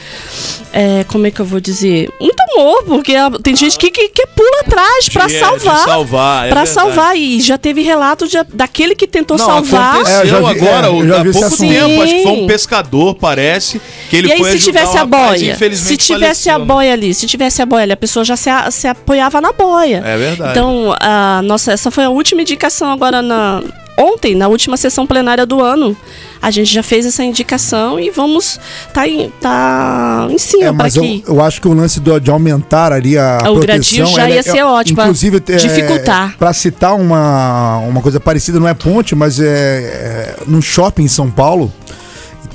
Speaker 2: eh, como é que eu vou dizer muito amor porque ah, tem gente que que, que pula atrás para
Speaker 4: É, De- de
Speaker 2: salvar
Speaker 4: salvar, é
Speaker 2: para
Speaker 4: verdade.
Speaker 2: salvar e já teve relato de- daquele que tentou
Speaker 4: Não,
Speaker 2: salvar
Speaker 4: aconteceu
Speaker 3: É, eu já vi-
Speaker 4: agora,
Speaker 3: é, eu já
Speaker 4: há
Speaker 3: vi esse
Speaker 4: pouco
Speaker 3: assunto.
Speaker 4: tempo. Acho que foi um
Speaker 2: Sim.
Speaker 4: pescador, parece. Que ele
Speaker 2: e aí,
Speaker 4: foi
Speaker 2: se
Speaker 4: ajudar
Speaker 2: tivesse
Speaker 4: o
Speaker 2: a
Speaker 4: rapaz,
Speaker 2: boia,
Speaker 4: infelizmente
Speaker 2: se tivesse
Speaker 4: faleceu,
Speaker 2: a
Speaker 4: né?
Speaker 2: boia ali, se tivesse a boia ali, a pessoa já se, a- se apoiava na boia.
Speaker 4: É verdade.
Speaker 2: Então, a, nossa, essa foi a última indicação agora na. Ontem, na última sessão plenária do ano, a gente já fez essa indicação e vamos tá em, tá em
Speaker 3: É,
Speaker 2: cima para
Speaker 3: mas eu,
Speaker 2: que
Speaker 3: eu acho que o lance do- de aumentar ali a
Speaker 2: Ah, O
Speaker 3: proteção...
Speaker 2: gradil já
Speaker 3: ela
Speaker 2: ia
Speaker 3: é-
Speaker 2: ser ótimo,
Speaker 3: Inclusive... é,
Speaker 2: dificultar.
Speaker 3: Pra citar uma, uma coisa parecida, não é ponte, mas é, é num shopping em São Paulo,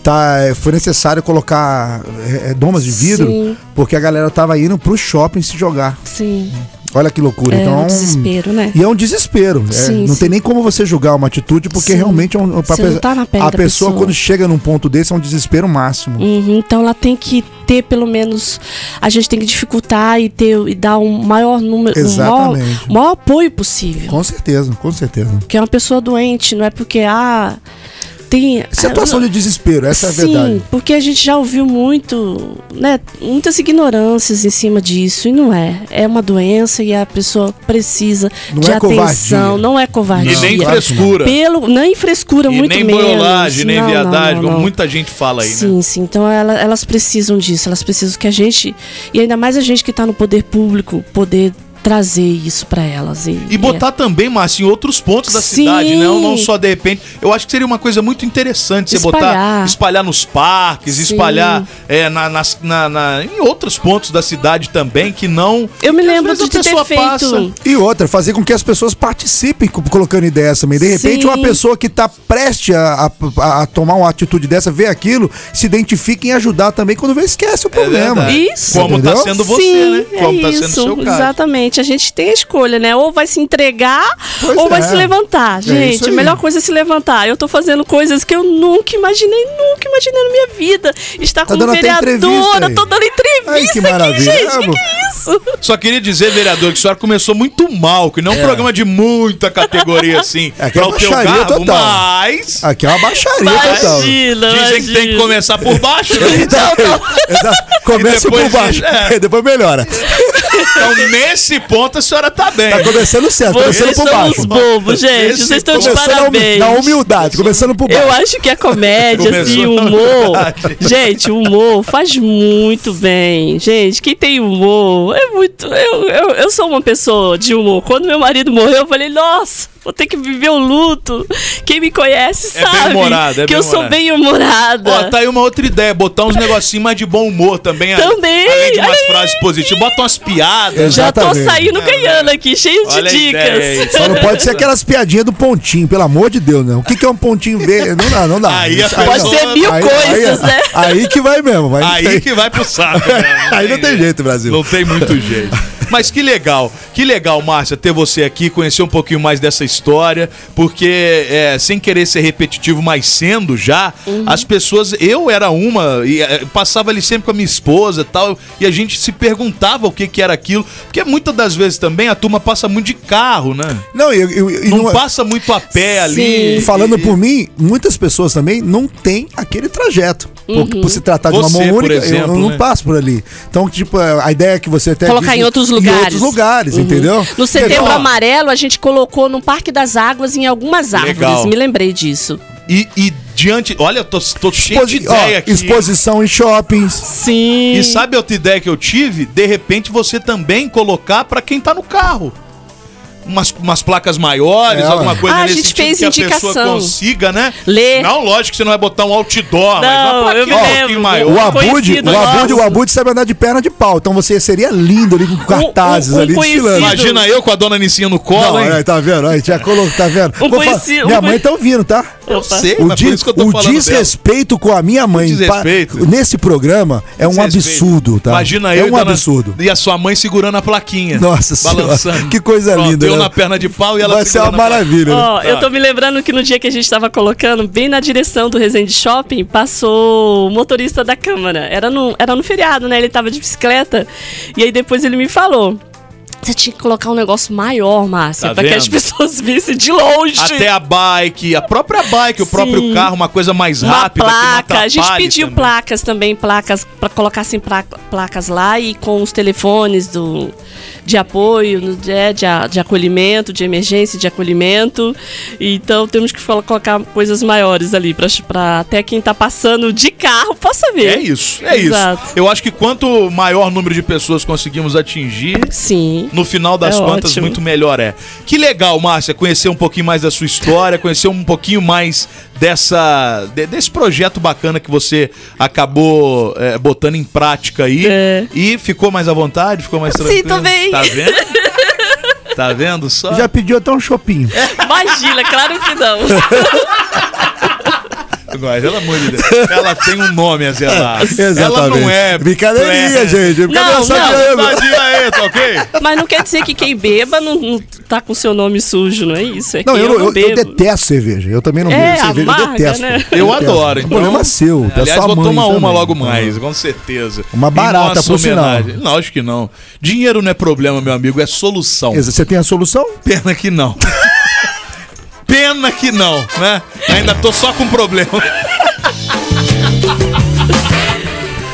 Speaker 3: tá, é, foi necessário colocar é, é, domas de vidro,
Speaker 2: Sim.
Speaker 3: porque a galera tava indo pro shopping se jogar.
Speaker 2: sim,
Speaker 3: Olha que loucura.
Speaker 2: é
Speaker 3: então,
Speaker 2: um desespero, né?
Speaker 3: E é um desespero. é,
Speaker 2: Sim,
Speaker 3: não
Speaker 2: sim.
Speaker 3: tem nem como você julgar uma atitude, porque
Speaker 2: Sim.
Speaker 3: realmente é um. pra
Speaker 2: Você não
Speaker 3: pe-
Speaker 2: tá na pele
Speaker 3: a
Speaker 2: da
Speaker 3: pessoa,
Speaker 2: pessoa.
Speaker 3: quando chega num ponto desse, é um desespero máximo.
Speaker 2: Uhum, então ela tem que ter pelo menos a gente tem que dificultar e ter e dar um maior número, um maior,
Speaker 3: Exatamente.
Speaker 2: maior apoio possível.
Speaker 3: Com certeza, com certeza.
Speaker 2: Porque é uma pessoa doente, não é porque ah tem
Speaker 3: é Situação de desespero, essa é a
Speaker 2: Sim,
Speaker 3: verdade.
Speaker 2: porque a gente já ouviu muito, né, muitas ignorâncias em cima disso e não é. É uma doença e a pessoa precisa
Speaker 3: Não
Speaker 2: de
Speaker 3: é
Speaker 2: atenção,
Speaker 3: covardia.
Speaker 2: não é
Speaker 4: E
Speaker 2: covardia.
Speaker 4: nem
Speaker 3: Não, claro que
Speaker 4: frescura.
Speaker 2: Pelo, nem frescura,
Speaker 4: E
Speaker 2: muito
Speaker 4: nem
Speaker 2: menos.
Speaker 4: boiolagem, nem
Speaker 2: Não, não,
Speaker 4: viadagem,
Speaker 2: não,
Speaker 4: como
Speaker 2: não.
Speaker 4: muita gente fala aí, né?
Speaker 2: Sim, sim. Então ela- elas precisam disso, elas precisam que a gente, e ainda mais a gente que está no poder público, poder trazer isso para elas. E,
Speaker 4: E botar também, Márcio, em outros pontos da cidade, né?
Speaker 2: É. Sim.
Speaker 4: não, não só de repente. Eu acho que seria uma coisa muito interessante você botar,
Speaker 2: Espalhar.
Speaker 4: espalhar nos parques,
Speaker 2: Sim.
Speaker 4: espalhar é, na, nas- na- na- em outros pontos da cidade também, que não.
Speaker 2: é- Eu me
Speaker 4: que às
Speaker 2: lembro
Speaker 4: vezes
Speaker 2: de
Speaker 4: a
Speaker 2: ter
Speaker 4: pessoa
Speaker 2: feito.
Speaker 4: passa.
Speaker 3: E outra, fazer com que as pessoas participem co- colocando ideias também. De repente,
Speaker 2: Sim.
Speaker 3: uma pessoa que está prestes a, a- a tomar uma atitude dessa, vê aquilo, se identifica em ajudar também quando vê, esquece o problema.
Speaker 4: É verdade.
Speaker 2: Isso.
Speaker 4: Como tá
Speaker 3: Entendeu?
Speaker 4: sendo você,
Speaker 2: Sim,
Speaker 4: né? Como
Speaker 2: é
Speaker 4: tá
Speaker 2: isso,
Speaker 4: sendo o seu caso.
Speaker 2: Exatamente. A gente tem a escolha, né? Ou vai se entregar
Speaker 3: Pois
Speaker 2: ou
Speaker 3: é.
Speaker 2: vai se levantar. Gente,
Speaker 3: isso
Speaker 2: a
Speaker 3: aí.
Speaker 2: melhor coisa é se levantar. Eu tô fazendo coisas que eu nunca imaginei, nunca imaginei na minha vida. Estar como
Speaker 3: Tá dando até entrevista
Speaker 2: vereadora,
Speaker 3: aí.
Speaker 2: tô dando
Speaker 3: Ai, que
Speaker 2: entrevista aqui,
Speaker 3: maravilha.
Speaker 2: gente.
Speaker 3: É,
Speaker 2: Que que é isso?
Speaker 4: Só queria dizer, vereador, que a senhora começou muito mal, que não é um programa de muita categoria assim.
Speaker 3: É que é
Speaker 4: pra o teu
Speaker 3: baixaria
Speaker 4: cargo,
Speaker 3: total.
Speaker 4: mas.
Speaker 3: Aqui é uma baixaria total.
Speaker 2: Imagina,
Speaker 4: Dizem que tem que
Speaker 2: imagina.
Speaker 4: começar por baixo, né?
Speaker 3: Então, exato.
Speaker 4: E
Speaker 3: Começa
Speaker 4: depois
Speaker 3: por baixo,
Speaker 4: diz- é.
Speaker 3: e depois melhora.
Speaker 4: Então, nesse ponto, a senhora tá bem.
Speaker 3: Tá começando certo, começando
Speaker 2: Vocês
Speaker 3: por
Speaker 2: são
Speaker 3: baixo.
Speaker 2: uns bobos, gente.
Speaker 4: Esse
Speaker 2: Vocês estão de
Speaker 3: Começando na humi-
Speaker 2: parabéns.
Speaker 3: na humildade, começando por baixo.
Speaker 2: Eu acho que a comédia, assim,
Speaker 4: É. Começou
Speaker 2: o
Speaker 4: na
Speaker 2: humor.
Speaker 4: verdade.
Speaker 2: Gente, o humor faz muito bem. Gente, quem tem humor é muito. Eu, eu, eu sou uma pessoa de humor. Quando meu marido morreu, eu falei, nossa, vou ter que viver o luto. Quem me conhece
Speaker 4: É
Speaker 2: sabe
Speaker 4: bem-humorado, é
Speaker 2: que eu sou
Speaker 4: bem-humorado.
Speaker 2: bem humorada.
Speaker 4: Ó, tá aí uma outra ideia, botar uns negocinhos mais de bom humor também. ali.
Speaker 2: Também,
Speaker 4: Além de umas
Speaker 2: olha aí.
Speaker 4: frases positivas, bota umas piadas.
Speaker 2: Já tô
Speaker 3: Exatamente.
Speaker 2: saindo ganhando aqui, cheio de
Speaker 4: Ah, Olha a ideia aí.
Speaker 2: dicas.
Speaker 3: Só não pode ser aquelas piadinhas do pontinho, pelo amor de Deus, não. O que, que é um pontinho verde? Não dá, não dá.
Speaker 4: tá Aí a
Speaker 3: Isso-
Speaker 4: pessoa-
Speaker 2: Pode ser mil
Speaker 3: aí-
Speaker 2: coisas,
Speaker 3: aí-
Speaker 2: né?
Speaker 3: É, Aí que vai mesmo. Vai,
Speaker 4: Aí que vai pro saco. né?
Speaker 3: Aí não tem jeito, Brasil.
Speaker 4: Não tem muito jeito. Mas que legal, que legal, Márcia, ter você aqui, conhecer um pouquinho mais dessa história, porque é, sem querer ser repetitivo, mas sendo já, as pessoas. Eu era uma, e é, passava ali sempre com a minha esposa e tal, e a gente se perguntava o que, que era aquilo, porque muitas das vezes também a turma passa muito de carro, né?
Speaker 3: Não, eu, eu, eu-
Speaker 4: Não
Speaker 3: não- é-
Speaker 4: passa muito a pé ali.
Speaker 2: Sim.
Speaker 3: Falando por mim, muitas pessoas também não têm aquele trajeto. Porque
Speaker 2: Uhum.
Speaker 3: por se tratar de uma
Speaker 4: Você,
Speaker 3: mão
Speaker 4: por
Speaker 3: única, eu-
Speaker 4: exemplo,
Speaker 3: eu não
Speaker 4: né?
Speaker 3: passo por ali. Então, tipo, a ideia é que você até.
Speaker 2: Colocar
Speaker 3: diz-
Speaker 2: em outros
Speaker 3: Em
Speaker 2: lugares. Uhum.
Speaker 3: outros lugares, entendeu?
Speaker 2: No setembro
Speaker 4: Legal.
Speaker 2: amarelo, a gente colocou no Parque das Águas em algumas árvores.
Speaker 4: Legal.
Speaker 2: Me lembrei disso.
Speaker 4: E, e diante. Olha, eu tô, tô cheio
Speaker 3: Exposi-
Speaker 4: de
Speaker 3: ó,
Speaker 4: ideia aqui.
Speaker 3: exposição em shoppings.
Speaker 2: Sim.
Speaker 4: E sabe outra ideia que eu tive? De repente você também colocar pra quem tá no carro. Umas, umas placas maiores,
Speaker 3: É,
Speaker 4: alguma
Speaker 3: ué.
Speaker 4: coisa
Speaker 2: Ah, a
Speaker 4: nesse
Speaker 2: gente
Speaker 4: sentido
Speaker 2: fez
Speaker 4: que a pessoa
Speaker 2: indicação.
Speaker 4: consiga, né?
Speaker 2: Lê.
Speaker 4: Não, lógico que você não vai botar um outdoor, mas uma
Speaker 2: Não, eu me
Speaker 4: plaquinha um pouquinho
Speaker 2: lembro.
Speaker 4: maior.
Speaker 3: O Abude,
Speaker 2: conhecido
Speaker 3: o Abude,
Speaker 2: nosso.
Speaker 3: o Abude sabe andar de perna de pau. Então você seria lindo ali com cartazes
Speaker 2: um
Speaker 3: ali desfilando.
Speaker 2: conhecido.
Speaker 4: Imagina eu com a dona Nicinha no colo,
Speaker 3: Não,
Speaker 4: hein?
Speaker 3: aí, tá vendo? Aí, já colocou, tá vendo? Vou
Speaker 2: Um
Speaker 3: falar-
Speaker 2: conhecido-
Speaker 3: minha
Speaker 2: um
Speaker 3: mãe tá ouvindo, tá?
Speaker 4: Eu sei,
Speaker 3: O,
Speaker 4: mas
Speaker 3: di-
Speaker 4: é por isso que eu tô
Speaker 3: o
Speaker 4: falando dela.
Speaker 3: desrespeito com a minha mãe
Speaker 4: O desrespeito.
Speaker 3: pa- nesse programa é um
Speaker 4: Desrespeito.
Speaker 3: absurdo, tá?
Speaker 4: Imagina
Speaker 3: é
Speaker 4: eu
Speaker 3: É um
Speaker 4: e dona-
Speaker 3: absurdo.
Speaker 4: E a sua mãe segurando a plaquinha.
Speaker 3: Nossa Senhora,
Speaker 4: balançando.
Speaker 3: que coisa linda,
Speaker 4: Eu
Speaker 3: né?
Speaker 4: na perna de pau e ela
Speaker 3: Vai ser uma
Speaker 4: segurando a plaquinha.
Speaker 3: maravilha. né?
Speaker 2: Ó, eu
Speaker 4: Ah.
Speaker 2: tô me lembrando que no dia que a gente tava colocando, bem na direção do Resende Shopping, passou o motorista da Câmara. Era no, era no feriado, né? Ele tava de bicicleta. E aí depois ele me falou. Você tinha que colocar um negócio maior, Márcia,
Speaker 4: Tá
Speaker 2: pra que as
Speaker 4: vendo?
Speaker 2: pessoas vissem de longe.
Speaker 4: Até a bike, a própria bike, o
Speaker 2: Sim.
Speaker 4: próprio carro, uma coisa mais
Speaker 2: uma
Speaker 4: rápida. que não
Speaker 2: placa. A gente
Speaker 4: atrapalhe
Speaker 2: pediu
Speaker 4: também.
Speaker 2: placas também, placas para colocassem pra- placas lá e com os telefones do de apoio, no- é, de, de, a- de acolhimento, de emergência, de acolhimento. Então temos que fol- colocar coisas maiores ali para até quem tá passando de carro possa ver.
Speaker 4: É isso, é
Speaker 2: Exato.
Speaker 4: isso. Eu acho que quanto maior número de pessoas conseguimos atingir,
Speaker 2: Sim.
Speaker 4: no final das
Speaker 2: É
Speaker 4: contas,
Speaker 2: ótimo.
Speaker 4: muito melhor é. Que legal, Márcia, conhecer um pouquinho mais da sua história, conhecer um pouquinho mais dessa de- desse projeto bacana que você acabou é, botando em prática aí.
Speaker 2: É.
Speaker 4: E ficou mais à vontade, ficou mais
Speaker 2: Sim,
Speaker 4: tranquilo.
Speaker 2: tô bem.
Speaker 4: Tá vendo? tá vendo
Speaker 2: Ah.
Speaker 4: só?
Speaker 3: Já pediu até um chopinho.
Speaker 4: É,
Speaker 2: Imagina, claro que não.
Speaker 4: Agora, pelo amor de Deus. Ela tem um nome, a zelar. Ela não é.
Speaker 3: Brincadeirinha,
Speaker 4: plebe.
Speaker 3: gente. Brincadeira
Speaker 2: Não,
Speaker 3: só
Speaker 2: não.
Speaker 3: de ego.
Speaker 4: Tadinha aí, tá ok?
Speaker 2: Mas não quer dizer que quem beba não, não tá com seu nome sujo, não é isso? É
Speaker 3: Não,
Speaker 2: que
Speaker 3: eu,
Speaker 2: eu, não
Speaker 3: eu- eu
Speaker 2: bebo.
Speaker 3: detesto cerveja. Eu também não
Speaker 2: É,
Speaker 3: bebo cerveja. eu
Speaker 2: amarga,
Speaker 3: detesto.
Speaker 2: né?
Speaker 4: Eu
Speaker 3: detesto.
Speaker 4: adoro, então.
Speaker 3: O problema é seu. da
Speaker 4: Aliás,
Speaker 3: sua
Speaker 4: vou
Speaker 3: mãe
Speaker 4: tomar uma
Speaker 3: também.
Speaker 4: logo mais, com certeza.
Speaker 3: Uma
Speaker 4: Em
Speaker 3: barata,
Speaker 4: nossa
Speaker 3: por sinal.
Speaker 4: homenagem. Não, acho que não. Dinheiro não é problema, meu amigo, é solução.
Speaker 3: Exa- Você tem a solução?
Speaker 4: Pena que não. Pena que não, né? Ainda tô só com problema.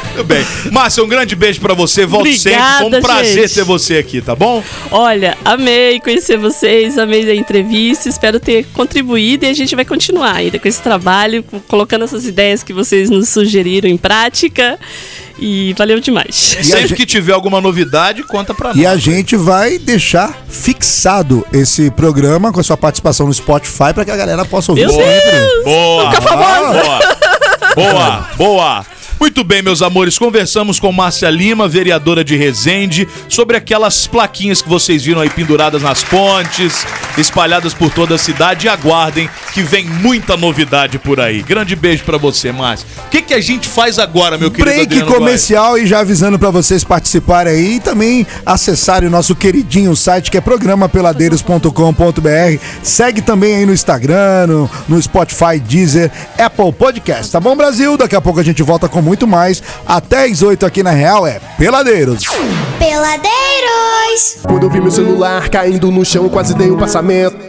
Speaker 4: Muito bem. Márcia, um grande beijo pra você. Volto sempre. Foi um
Speaker 2: Obrigada,
Speaker 4: prazer
Speaker 2: gente.
Speaker 4: ter você aqui, tá bom?
Speaker 2: Olha, amei conhecer vocês, amei a entrevista, espero ter contribuído e a gente vai continuar ainda com esse trabalho, co- colocando essas ideias que vocês nos sugeriram em prática. E valeu demais.
Speaker 4: E sempre
Speaker 3: gente-
Speaker 4: que tiver alguma novidade, conta pra nós.
Speaker 3: E a gente vai deixar fixado esse programa com a sua participação no Spotify para que a galera possa ouvir
Speaker 2: Meu Deus!
Speaker 4: Boa!
Speaker 2: Fica famosa.
Speaker 4: Boa! Boa! boa. Muito bem, meus amores, conversamos com Márcia Lima, vereadora de Resende, sobre aquelas plaquinhas que vocês viram aí penduradas nas pontes, espalhadas por toda a cidade. E aguardem que vem muita novidade por aí. Grande beijo pra você, Márcia. O que, que a gente faz agora, meu querido
Speaker 3: Break
Speaker 4: Adriano
Speaker 3: comercial e já avisando para vocês participarem aí e também acessarem o nosso queridinho site que é programapeladeiros.com.br. Segue também aí no Instagram, no, no Spotify, Deezer, Apple Podcast. Tá bom, Brasil? Daqui a pouco a gente volta com muito mais. Até às 8 aqui na Real é Peladeiros.
Speaker 5: Peladeiros!
Speaker 6: Quando eu vi meu celular caindo no chão, eu quase dei um passamento.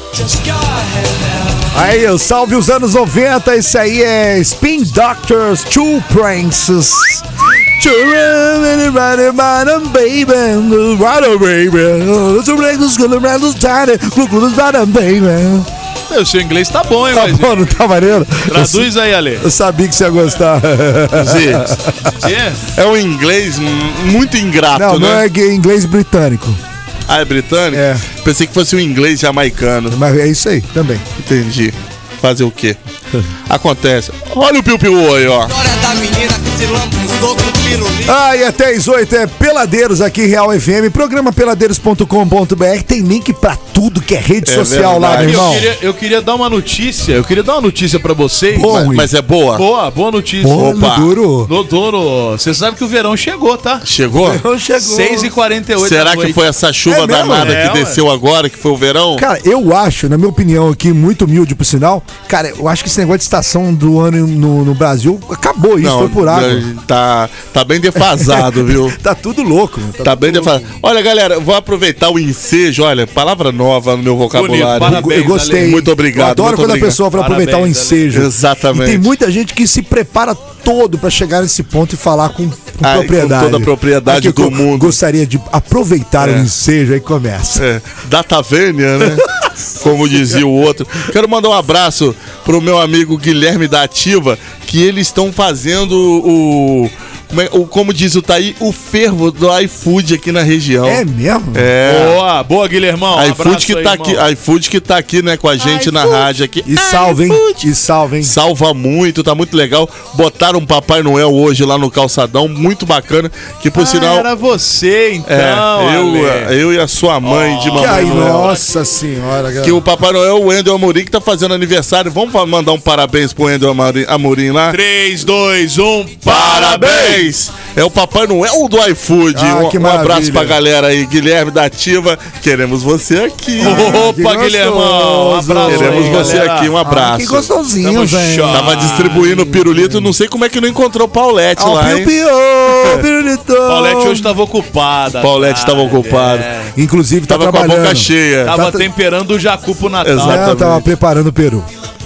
Speaker 3: Aí, eu salve os anos 90, isso aí é Spin Doctors, Two Pranks. Two Pranks, baby, baby, Two Pranks, baby.
Speaker 5: O seu inglês tá bom, hein,
Speaker 3: Tá
Speaker 5: mas-
Speaker 3: bom, não tá maneiro?
Speaker 5: Traduz aí, Ale.
Speaker 3: Eu sabia que você ia gostar.
Speaker 5: É.
Speaker 4: É um inglês muito ingrato,
Speaker 3: Não,
Speaker 4: né?
Speaker 3: não é gay, inglês britânico,
Speaker 4: Ah, é britânico?
Speaker 3: É.
Speaker 4: Pensei que fosse um inglês jamaicano.
Speaker 3: mas é isso aí também.
Speaker 4: Entendi. Fazer o quê? Acontece. Olha o piu-piu aí, ó.
Speaker 3: Ah, e até às 8 é Peladeiros aqui, Real FM, programa peladeiros.com.br. Tem link pra tudo que é rede
Speaker 4: É
Speaker 3: social lá, meu
Speaker 4: verdade.
Speaker 5: Eu
Speaker 3: irmão.
Speaker 5: queria, eu queria dar uma notícia. Eu queria dar uma notícia pra vocês.
Speaker 3: Boa.
Speaker 4: Mas, mas é boa.
Speaker 5: Boa, boa notícia.
Speaker 3: Olho duro.
Speaker 5: Doutor, você sabe que o verão chegou, tá?
Speaker 4: Chegou?
Speaker 3: Chegou.
Speaker 5: 6h48.
Speaker 4: Será
Speaker 5: da
Speaker 4: que
Speaker 5: noite.
Speaker 4: foi essa chuva
Speaker 3: É mesmo?
Speaker 4: danada
Speaker 5: É,
Speaker 4: que
Speaker 5: ué.
Speaker 4: desceu agora, que foi o verão?
Speaker 3: Cara, eu acho, na minha opinião aqui, muito humilde por sinal, cara, eu acho que esse negócio de estação do ano no, no Brasil acabou isso, foi por água.
Speaker 4: Tá, tá bem defasado, viu?
Speaker 3: Tá tudo louco. meu,
Speaker 4: Tá bem defasado. Olha, galera, eu vou aproveitar o ensejo. Olha, palavra nova no meu vocabulário.
Speaker 5: parabéns.
Speaker 3: Eu gostei.
Speaker 4: Ale. Muito obrigado,
Speaker 3: Eu adoro
Speaker 4: muito
Speaker 3: quando
Speaker 4: obrigado.
Speaker 3: a pessoa vai aproveitar o
Speaker 5: Parabéns, Ale.
Speaker 3: ensejo.
Speaker 4: Exatamente.
Speaker 3: E tem muita gente que se prepara todo pra chegar nesse ponto e falar com, com
Speaker 4: Ah, e com
Speaker 3: propriedade.
Speaker 4: toda a propriedade
Speaker 3: Aqui
Speaker 4: do
Speaker 3: eu
Speaker 4: mundo.
Speaker 3: Gostaria de aproveitar
Speaker 4: É.
Speaker 3: o ensejo, aí começa.
Speaker 4: É, Datavênia, né? Como dizia o outro. Quero mandar um abraço pro meu amigo Guilherme da Ativa, que eles estão fazendo o. Como, é- o- como diz o Thaí, o fervo do iFood aqui na região.
Speaker 3: É mesmo?
Speaker 4: É.
Speaker 5: Boa, boa, Guilhermão. Um
Speaker 4: iFood que,
Speaker 5: abraço
Speaker 4: tá
Speaker 5: aí, irmão.
Speaker 4: aqui, iFood que tá aqui, né, com
Speaker 3: Ah,
Speaker 4: a gente na rádio aqui.
Speaker 3: E salve, hein? E salve, hein?
Speaker 4: Salva muito, tá muito legal. Botaram um Papai Noel hoje lá no calçadão, muito bacana. Que por
Speaker 5: Ah,
Speaker 4: sinal.
Speaker 5: era você, então.
Speaker 4: É, eu,
Speaker 5: Ale.
Speaker 4: eu e a sua mãe de
Speaker 3: Que
Speaker 4: Mamãe
Speaker 3: aí,
Speaker 4: Noel.
Speaker 3: nossa senhora, galera.
Speaker 4: Que o Papai Noel, o Wendel Amorim, que tá fazendo aniversário. Vamos fa- mandar um parabéns pro Wendel Amorim, Amorim lá.
Speaker 5: 3, 2, 1,
Speaker 4: Parabéns!
Speaker 5: parabéns!
Speaker 4: É o Papai Noel do iFood.
Speaker 3: Ah,
Speaker 4: um,
Speaker 3: que
Speaker 4: um abraço
Speaker 3: maravilha.
Speaker 4: pra galera aí. Guilherme da Ativa, queremos você aqui.
Speaker 3: Ah, que
Speaker 5: Opa,
Speaker 3: gostoso.
Speaker 5: Guilhermão! Um abraço
Speaker 4: Queremos
Speaker 5: aí,
Speaker 4: você
Speaker 5: galera.
Speaker 4: aqui, um abraço.
Speaker 3: Ah, que gostosinho, Ah,
Speaker 5: Tamo
Speaker 3: velho.
Speaker 5: chocado.
Speaker 4: Tava distribuindo pirulito, não sei como é que não encontrou Paulette
Speaker 3: Ó,
Speaker 4: lá, hein?
Speaker 3: piu-piu, pirulitão.
Speaker 5: Paulette hoje tava ocupada.
Speaker 4: Paulette
Speaker 5: cara.
Speaker 4: estava ocupado.
Speaker 5: É.
Speaker 3: Inclusive, tá
Speaker 4: Tava com a
Speaker 3: Ah, trabalhando.
Speaker 4: boca cheia.
Speaker 5: Tava
Speaker 3: Tá-
Speaker 5: temperando o jacu pro Natal.
Speaker 3: Não,
Speaker 4: Exato.
Speaker 3: eu tava preparando o peru.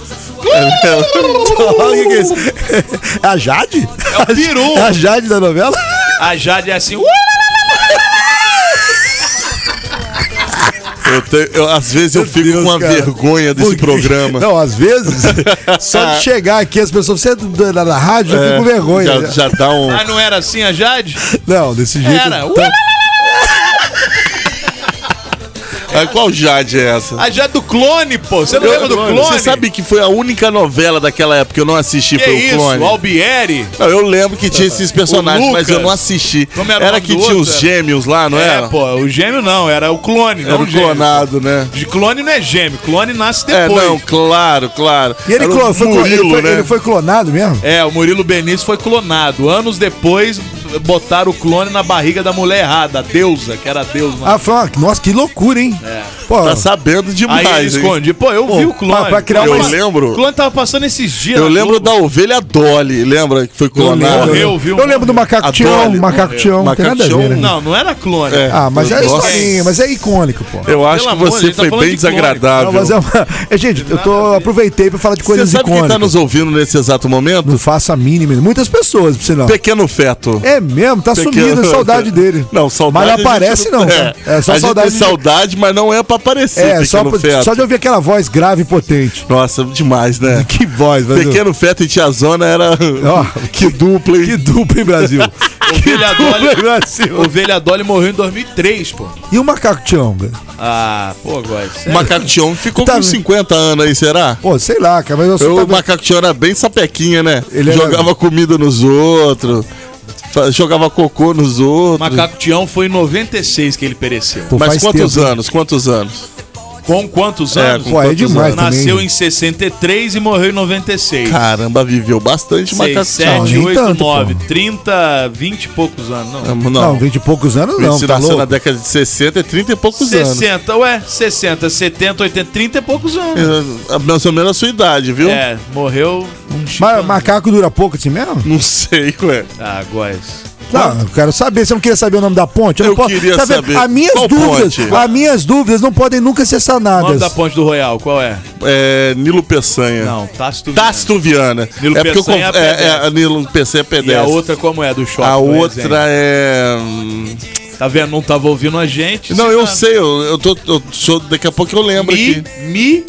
Speaker 4: Uh!
Speaker 3: O que que é isso? A Jade?
Speaker 5: É o peru.
Speaker 3: A Jade da novela?
Speaker 5: A Jade é assim. "Ué!"
Speaker 4: Eu tenho- eu- às vezes eu fico
Speaker 3: Deus,
Speaker 4: com uma
Speaker 3: cara.
Speaker 4: vergonha desse
Speaker 3: Porque-
Speaker 4: programa.
Speaker 3: Não, às vezes, só de chegar aqui, as pessoas, você é do- da, da, da rádio, eu
Speaker 4: É,
Speaker 3: fico com vergonha.
Speaker 4: Já, já dá um.
Speaker 5: Ah, não era assim a Jade?
Speaker 3: Não, desse jeito.
Speaker 5: Era. uh,
Speaker 3: tá-
Speaker 5: Ué!
Speaker 4: Ah, Qual Jade é essa?
Speaker 5: A Jade do clone, pô. Você não lembra do clone?
Speaker 4: Você sabe que foi a única novela daquela época que eu não assisti
Speaker 5: que
Speaker 4: foi
Speaker 5: é
Speaker 4: o
Speaker 5: isso?
Speaker 4: Clone.
Speaker 5: O Albieri.
Speaker 4: Não, eu lembro que tinha esses personagens,
Speaker 5: O
Speaker 4: mas
Speaker 5: Lucas.
Speaker 4: eu não assisti.
Speaker 5: Como era
Speaker 4: Era,
Speaker 5: o nome
Speaker 4: que
Speaker 5: do
Speaker 4: tinha
Speaker 5: outro?
Speaker 4: os gêmeos lá, não
Speaker 5: é,
Speaker 4: era?
Speaker 5: pô. O gêmeo não, era um o clone,
Speaker 4: era
Speaker 5: não o
Speaker 4: o
Speaker 5: gêmeo.
Speaker 4: clonado, né?
Speaker 5: De clone não é gêmeo, clone nasce
Speaker 4: É,
Speaker 5: depois. É,
Speaker 4: não, claro, claro.
Speaker 3: E ele,
Speaker 4: Era o
Speaker 3: clon- foi, clon- ele
Speaker 4: Murilo,
Speaker 3: foi-
Speaker 4: né?
Speaker 3: ele foi clonado mesmo?
Speaker 5: É, o Murilo Benício foi clonado. Anos depois, botaram o clone na barriga da mulher errada, a deusa, que era a deusa.
Speaker 3: Ah, foi uma- nossa, que loucura, hein? Pô,
Speaker 4: Tá sabendo demais,
Speaker 5: Aí ele
Speaker 4: hein?
Speaker 5: esconde. Pô, eu vi o clone.
Speaker 3: pra- pra criar
Speaker 4: Eu
Speaker 3: uma-
Speaker 5: O
Speaker 4: lembro.
Speaker 5: clone tava passando esses dias.
Speaker 4: Eu
Speaker 5: na
Speaker 4: lembro
Speaker 5: Globo.
Speaker 4: da ovelha Dolly, lembra que foi
Speaker 3: eu lembro,
Speaker 4: clonada?
Speaker 5: Morreu,
Speaker 3: eu-
Speaker 5: viu?
Speaker 3: Eu lembro do
Speaker 4: A
Speaker 3: Macaco Tião, um
Speaker 4: Dolly
Speaker 3: Macaco
Speaker 4: morreu.
Speaker 3: Tião, não tem
Speaker 4: Macaco
Speaker 3: nada a
Speaker 4: Tião,
Speaker 3: ver, né?
Speaker 5: Não, não era clone.
Speaker 4: É.
Speaker 3: Ah, mas é
Speaker 4: Nossa.
Speaker 3: historinha, mas é icônico, pô.
Speaker 4: Eu acho
Speaker 5: Pelo
Speaker 4: que
Speaker 5: amor de
Speaker 4: você
Speaker 5: Deus, tá
Speaker 4: foi
Speaker 5: falando
Speaker 4: bem
Speaker 5: de clone.
Speaker 4: desagradável.
Speaker 3: Não, mas é uma... é, gente, eu tô aproveitei pra falar de
Speaker 4: Você
Speaker 3: coisas
Speaker 4: sabe quem tá
Speaker 3: icônicas.
Speaker 4: nos ouvindo nesse exato momento?
Speaker 3: Não faço a mínima. Muitas pessoas, por sinal.
Speaker 4: Pequeno Feto.
Speaker 3: É mesmo, tá sumido,
Speaker 4: Pequeno-
Speaker 3: saudade dele.
Speaker 4: Não,
Speaker 3: Mas
Speaker 4: saudade. a
Speaker 3: não
Speaker 4: gente
Speaker 3: aparece, não.
Speaker 4: É,
Speaker 3: É,
Speaker 4: só
Speaker 3: só
Speaker 4: a gente
Speaker 3: saudade.
Speaker 4: Tem
Speaker 3: de-
Speaker 4: saudade, mas não é pra aparecer,
Speaker 3: É,
Speaker 4: Pequeno
Speaker 3: só,
Speaker 4: Feto.
Speaker 3: só de ouvir aquela voz grave e potente.
Speaker 4: Nossa, demais, né?
Speaker 3: Que voz, velho.
Speaker 4: Pequeno Feto e Tia Zona era.
Speaker 3: Ó,
Speaker 4: que dupla, hein?
Speaker 3: Que dupla, hein, Brasil?
Speaker 5: Ovelha
Speaker 3: dupla, hein,
Speaker 5: Dolly.
Speaker 3: Brasil?
Speaker 5: Ovelha Dolly morreu em 2003, pô.
Speaker 3: E o Macaco Tchonga?
Speaker 5: Ah, pô, Góis.
Speaker 4: O Macaco Tião ficou
Speaker 3: Tá
Speaker 4: com
Speaker 3: vendo?
Speaker 4: 50 anos aí, será?
Speaker 3: Pô, sei lá, cara, mas eu
Speaker 4: Eu,
Speaker 3: sou.
Speaker 4: o Macaco Tião era bem sapequinha, né?
Speaker 3: Ele era-
Speaker 4: jogava comida nos outros, fa- jogava cocô nos outros.
Speaker 5: Macaco Tião foi em 96 que ele pereceu.
Speaker 3: Pô,
Speaker 4: Mas
Speaker 3: faz
Speaker 4: quantos
Speaker 3: tempo.
Speaker 4: anos? Quantos anos?
Speaker 5: Com quantos
Speaker 4: É,
Speaker 5: anos?
Speaker 4: com
Speaker 3: Pô, é
Speaker 4: quantos
Speaker 3: demais
Speaker 4: anos?
Speaker 3: também.
Speaker 5: Nasceu em 63 e morreu em 96.
Speaker 4: Caramba, viveu bastante Macaco
Speaker 5: 6,
Speaker 4: Tião.
Speaker 5: 7,
Speaker 3: nem
Speaker 5: 8,
Speaker 3: tanto,
Speaker 5: 9, 30, 20 e poucos anos. Não.
Speaker 4: Não,
Speaker 3: Não, vinte e poucos anos não,
Speaker 4: Se
Speaker 3: tá
Speaker 4: nasceu na
Speaker 3: louco?
Speaker 4: década de 60, é 30 e poucos anos.
Speaker 5: 60, ué, 60, 70, 80, 30 e poucos anos.
Speaker 4: É, Mais ou menos a sua idade, viu?
Speaker 5: É, morreu um
Speaker 3: Mas
Speaker 4: Tipo,
Speaker 5: chimpanzé.
Speaker 3: macaco dura pouco assim mesmo?
Speaker 4: Não sei, ué.
Speaker 5: Ah, Góis.
Speaker 3: Não, eu quero saber. Você não queria saber o nome da ponte? não
Speaker 4: Eu queria
Speaker 3: Tá vendo?
Speaker 4: saber.
Speaker 3: As minhas
Speaker 4: Qual
Speaker 3: dúvidas,
Speaker 4: ponte?
Speaker 3: as minhas dúvidas não podem nunca ser
Speaker 4: Ah,
Speaker 5: O nome
Speaker 3: sanadas.
Speaker 5: da ponte do Royal, qual é?
Speaker 4: É, Nilo Peçanha.
Speaker 5: Não, Tasto.
Speaker 4: Tasto Viana.
Speaker 5: Nilo
Speaker 4: é porque eu
Speaker 5: Peçanha
Speaker 4: conf-
Speaker 5: é
Speaker 4: é,
Speaker 5: pedestre.
Speaker 4: é, a Nilo Peçanha é
Speaker 5: E
Speaker 4: pedestre.
Speaker 5: a outra como é do shopping?
Speaker 4: A
Speaker 5: por
Speaker 4: outra
Speaker 5: exemplo?
Speaker 4: é. hum,
Speaker 5: Tá vendo? Não tava ouvindo a gente.
Speaker 4: Não, eu
Speaker 5: Tá-
Speaker 4: sei, eu, eu tô. eu sou- daqui a pouco eu lembro
Speaker 5: Mi,
Speaker 4: aqui.
Speaker 5: mi,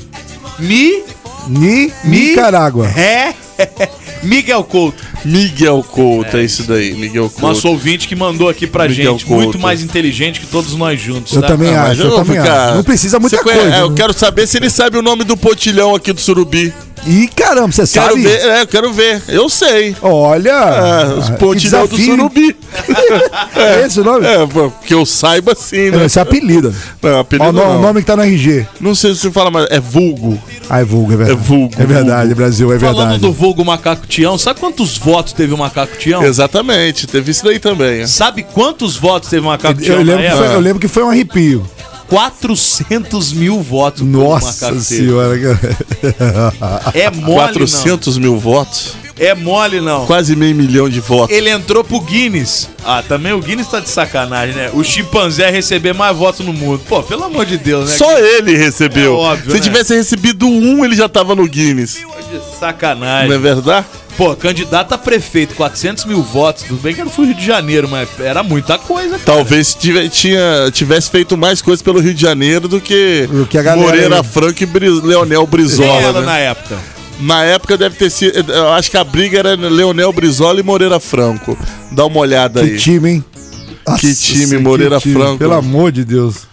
Speaker 5: mi,
Speaker 3: Ni,
Speaker 5: Mi-
Speaker 3: Nicarágua.
Speaker 5: ré. Miguel Couto,
Speaker 4: Miguel Couto, é isso daí. Miguel Couto.
Speaker 5: nosso ouvinte que mandou aqui pra
Speaker 4: Miguel
Speaker 5: gente, muito
Speaker 4: Couto.
Speaker 5: mais inteligente que todos nós juntos.
Speaker 3: Eu
Speaker 5: tá?
Speaker 3: também
Speaker 4: Ah, mas
Speaker 3: acho, eu
Speaker 4: vou
Speaker 3: também
Speaker 4: ficar-
Speaker 3: acho. Não precisa muita
Speaker 4: Você conhe-
Speaker 3: coisa.
Speaker 4: é, eu
Speaker 3: né?
Speaker 4: quero saber se ele sabe o nome do potilhão aqui do Surubi.
Speaker 3: Ih, caramba, você
Speaker 4: Quero
Speaker 3: sabe?
Speaker 4: ver, é, eu quero ver. Eu sei.
Speaker 3: Olha!
Speaker 4: É, os
Speaker 3: que
Speaker 4: potilhão do
Speaker 3: Ah, desafio.
Speaker 4: Surubi.
Speaker 3: É esse o nome?
Speaker 4: É, pô, que eu saiba sim, né?
Speaker 3: Esse é apelido.
Speaker 4: Não,
Speaker 3: Ó,
Speaker 4: apelido
Speaker 3: o no-
Speaker 4: não.
Speaker 3: o nome que tá no RG.
Speaker 4: Não sei se você fala, mas é vulgo.
Speaker 3: Ah, é vulgo, é verdade.
Speaker 4: É vulgo,
Speaker 3: É verdade,
Speaker 4: vulgo.
Speaker 3: Brasil, é
Speaker 5: Falando
Speaker 3: verdade.
Speaker 5: do vulgo Macaco Tião, sabe quantos votos teve o Macaco Tião?
Speaker 4: Exatamente, teve isso daí também.
Speaker 5: Sabe quantos votos teve o Macaco Tião
Speaker 3: Eu
Speaker 5: na
Speaker 3: lembro, que foi,
Speaker 4: é.
Speaker 5: época?
Speaker 3: eu lembro que foi um arrepio.
Speaker 5: 400 mil votos pro
Speaker 3: Nossa
Speaker 5: teve.
Speaker 3: senhora.
Speaker 5: É mole
Speaker 4: 400 mil votos,
Speaker 5: não. É mole não.
Speaker 4: quase meio milhão de votos.
Speaker 5: Ele entrou pro Guinness. Ah, também o Guinness tá de sacanagem, né? O chimpanzé receber mais votos no mundo. Pô, pelo amor de Deus, né?
Speaker 4: Só ele recebeu.
Speaker 5: É óbvio,
Speaker 4: Se
Speaker 5: né?
Speaker 4: tivesse recebido um, ele já tava no Guinness.
Speaker 5: de sacanagem.
Speaker 4: Não é verdade?
Speaker 5: Pô, candidato a prefeito, 400 mil votos. Tudo bem que era pro Rio de Janeiro, mas era muita coisa.
Speaker 4: Talvez tive- tinha- tivesse feito mais coisa pelo Rio de Janeiro do que,
Speaker 3: Do que a galera
Speaker 4: Moreira
Speaker 3: aí.
Speaker 4: Franco e Bri- Leonel
Speaker 5: Quem
Speaker 4: Brizola.
Speaker 5: era
Speaker 4: né?
Speaker 5: na época?
Speaker 4: Na época deve ter sido. Eu acho que a briga era Leonel Brizola e Moreira Franco. Dá uma olhada
Speaker 3: que
Speaker 4: aí.
Speaker 3: time, hein? Nossa,
Speaker 4: time, Moreira Franco.
Speaker 3: Pelo amor de Deus.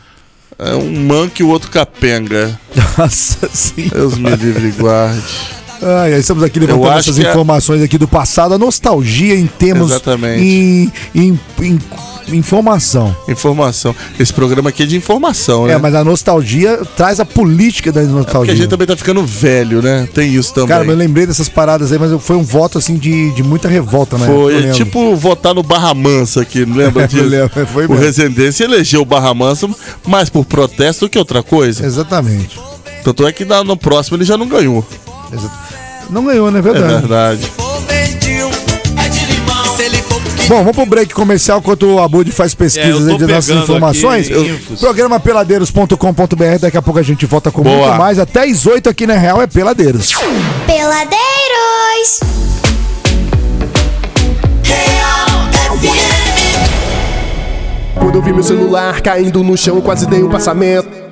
Speaker 4: É um manco e o outro capenga.
Speaker 3: Nossa senhora.
Speaker 4: Deus me livre e guarde.
Speaker 3: Ai, ai, estamos aqui levantando
Speaker 4: acho
Speaker 3: essas
Speaker 4: que é-
Speaker 3: informações aqui do passado, a nostalgia em termos.
Speaker 4: Exatamente.
Speaker 3: Em, em- em- informação.
Speaker 4: Informação. Esse programa aqui é de informação, né?
Speaker 3: É, mas a nostalgia traz a política da
Speaker 4: Porque a
Speaker 3: nostalgia.
Speaker 4: gente também tá ficando velho, né? Tem isso também.
Speaker 3: Cara, mas eu lembrei dessas paradas aí, mas eu- foi um voto assim de, de muita revolta, né? Eu
Speaker 4: Foi
Speaker 3: lembro.
Speaker 4: tipo votar no Barra Mansa aqui, não lembra
Speaker 3: Eu
Speaker 4: disso?
Speaker 3: lembro, foi
Speaker 4: o
Speaker 3: mesmo.
Speaker 4: Residência elegeu o Barra Mansa mais por protesto do que outra coisa.
Speaker 3: Exatamente.
Speaker 4: Tanto é que na- no próximo ele já não ganhou.
Speaker 3: Exa- Não ganhou, né?
Speaker 4: É
Speaker 3: Verdade.
Speaker 4: verdade.
Speaker 3: Bom, vamos pro break comercial enquanto o Abud faz
Speaker 5: É, eu
Speaker 3: pesquisas
Speaker 5: tô
Speaker 3: aí de nossas
Speaker 5: pegando
Speaker 3: informações.
Speaker 5: aqui infos.
Speaker 3: Programa peladeiros.com.br, daqui a pouco a gente volta com
Speaker 4: Boa.
Speaker 3: muito mais. Até às 8 aqui na Real é Peladeiros.
Speaker 7: Peladeiros. Real FM.
Speaker 6: Quando eu vi meu celular caindo no chão, eu quase dei um passamento.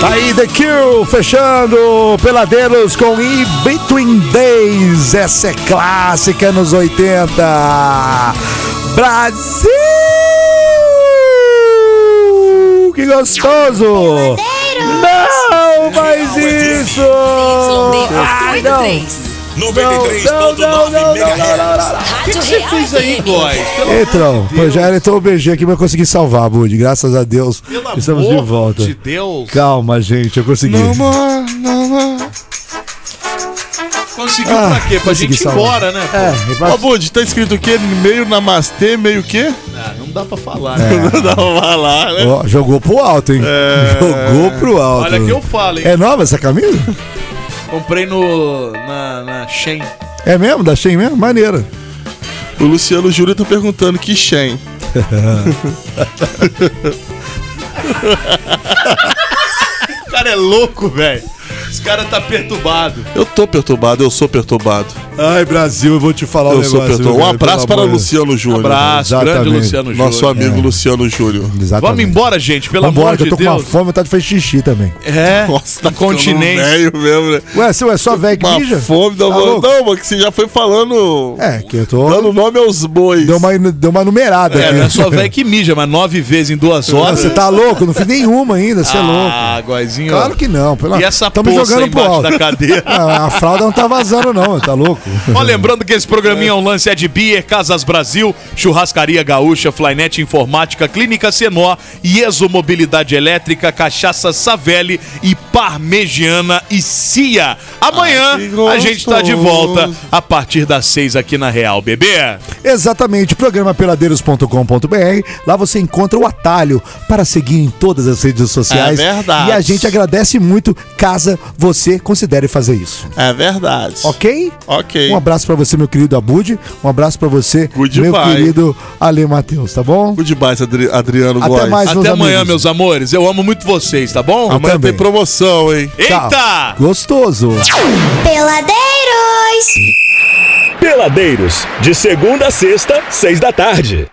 Speaker 3: Aí, The Kill, fechando Peladeiros com In Between Days. Essa é clássica nos 80. Brasil! Que gostoso! Não
Speaker 7: é
Speaker 3: mais isso! Ah, não! 93.9 MHz.
Speaker 7: Rádio Real
Speaker 5: Isso aí,
Speaker 7: FM.
Speaker 5: boy.
Speaker 3: Então, pô, já era então o BG aqui, mas eu consegui salvar, Bud. Graças a Deus, estamos de volta.
Speaker 5: de Deus.
Speaker 3: Calma, gente, eu consegui.
Speaker 5: Conseguiu pra quê? Pra
Speaker 3: consegui
Speaker 5: gente ir
Speaker 3: salvar.
Speaker 5: embora, né? pô?
Speaker 3: É,
Speaker 4: Ô, Bud, tá escrito o quê? Meio namastê, meio quê?
Speaker 5: Ah, não dá pra falar. né?
Speaker 4: Não, vai lá, né?
Speaker 3: Ó, jogou pro alto, hein? Jogou pro alto.
Speaker 5: Olha que eu falo, hein?
Speaker 3: É nova essa camisa?
Speaker 5: Comprei no. na, na Shein.
Speaker 3: É mesmo? Da Shein mesmo? Maneira.
Speaker 4: O Luciano Júlio tá perguntando que Shen.
Speaker 5: O cara é louco, velho. Esse cara tá perturbado.
Speaker 4: Eu tô perturbado, eu sou perturbado.
Speaker 3: Ai, Brasil, eu vou te falar um
Speaker 4: Eu
Speaker 3: negócio.
Speaker 4: sou perturbado.
Speaker 3: viu,
Speaker 4: Um
Speaker 3: cara? Pelo
Speaker 4: abraço para
Speaker 3: amor de É.
Speaker 4: Luciano Júnior.
Speaker 5: Abraço, grande
Speaker 3: Exatamente.
Speaker 5: Luciano Júnior.
Speaker 4: Nosso amigo Luciano Júnior.
Speaker 3: Deus. Exatamente.
Speaker 5: Vamos embora, gente, pelo
Speaker 3: Vambora,
Speaker 5: amor
Speaker 3: que eu
Speaker 5: de
Speaker 3: tô com uma
Speaker 5: Deus.
Speaker 3: fome, vontade de fazer xixi também.
Speaker 5: É, um
Speaker 4: tá ficando
Speaker 5: continente.
Speaker 4: velho mesmo, né?
Speaker 3: Ué, seu é só velho que
Speaker 4: Uma
Speaker 3: mija?
Speaker 4: fome da
Speaker 3: Tá
Speaker 4: mão.
Speaker 3: louco?
Speaker 4: Não, mano, que você já foi falando.
Speaker 3: É, que eu tô.
Speaker 4: Dando nome aos bois.
Speaker 3: Deu uma, deu uma numerada.
Speaker 5: É,
Speaker 3: aqui.
Speaker 5: não é só velho que mija, mas nove vezes em duas
Speaker 3: Não,
Speaker 5: horas.
Speaker 3: Você tá louco? Eu Não fiz nenhuma ainda, você é louco.
Speaker 5: Ah, Guazinho.
Speaker 3: Claro que não. Pela...
Speaker 5: E essa
Speaker 3: Tamo
Speaker 5: poça
Speaker 3: jogando pro
Speaker 5: embaixo
Speaker 3: alto.
Speaker 5: da cadeira?
Speaker 3: Ah, a fralda não tá vazando, não, tá louco?
Speaker 5: Ó, lembrando que esse programinha é um lance é de Beer, Casas Brasil, Churrascaria Gaúcha, Flynet Informática, Clínica Senó, Ieso Mobilidade Elétrica, Cachaça Savelli e Parmegiana e Cia. Amanhã
Speaker 4: que
Speaker 5: a gente tá de
Speaker 4: gostoso.
Speaker 5: volta a partir das seis aqui na Real, bebê.
Speaker 3: Exatamente, programa peladeiros.com.br. Lá você encontra o atalho para seguir em todas as redes sociais.
Speaker 4: É verdade.
Speaker 3: E a gente agradece muito caso você considere fazer isso.
Speaker 4: É verdade.
Speaker 3: Ok?
Speaker 4: Ok.
Speaker 3: Um abraço para você, meu querido Abud. Um abraço para você,
Speaker 4: Goodbye.
Speaker 3: meu querido Ale Matheus, tá bom?
Speaker 4: Goodbye, Adri Adriano
Speaker 3: Até
Speaker 4: Góes.
Speaker 3: mais. Mas, meus
Speaker 5: Até amanhã,
Speaker 3: amigos.
Speaker 5: meus amores. Eu amo muito vocês, tá bom?
Speaker 4: Amanhã
Speaker 3: também.
Speaker 4: tem promoção, hein?
Speaker 5: Eita!
Speaker 3: Tchau. Gostoso.
Speaker 7: Peladeiros.
Speaker 8: Peladeiros, de segunda a sexta, seis da tarde.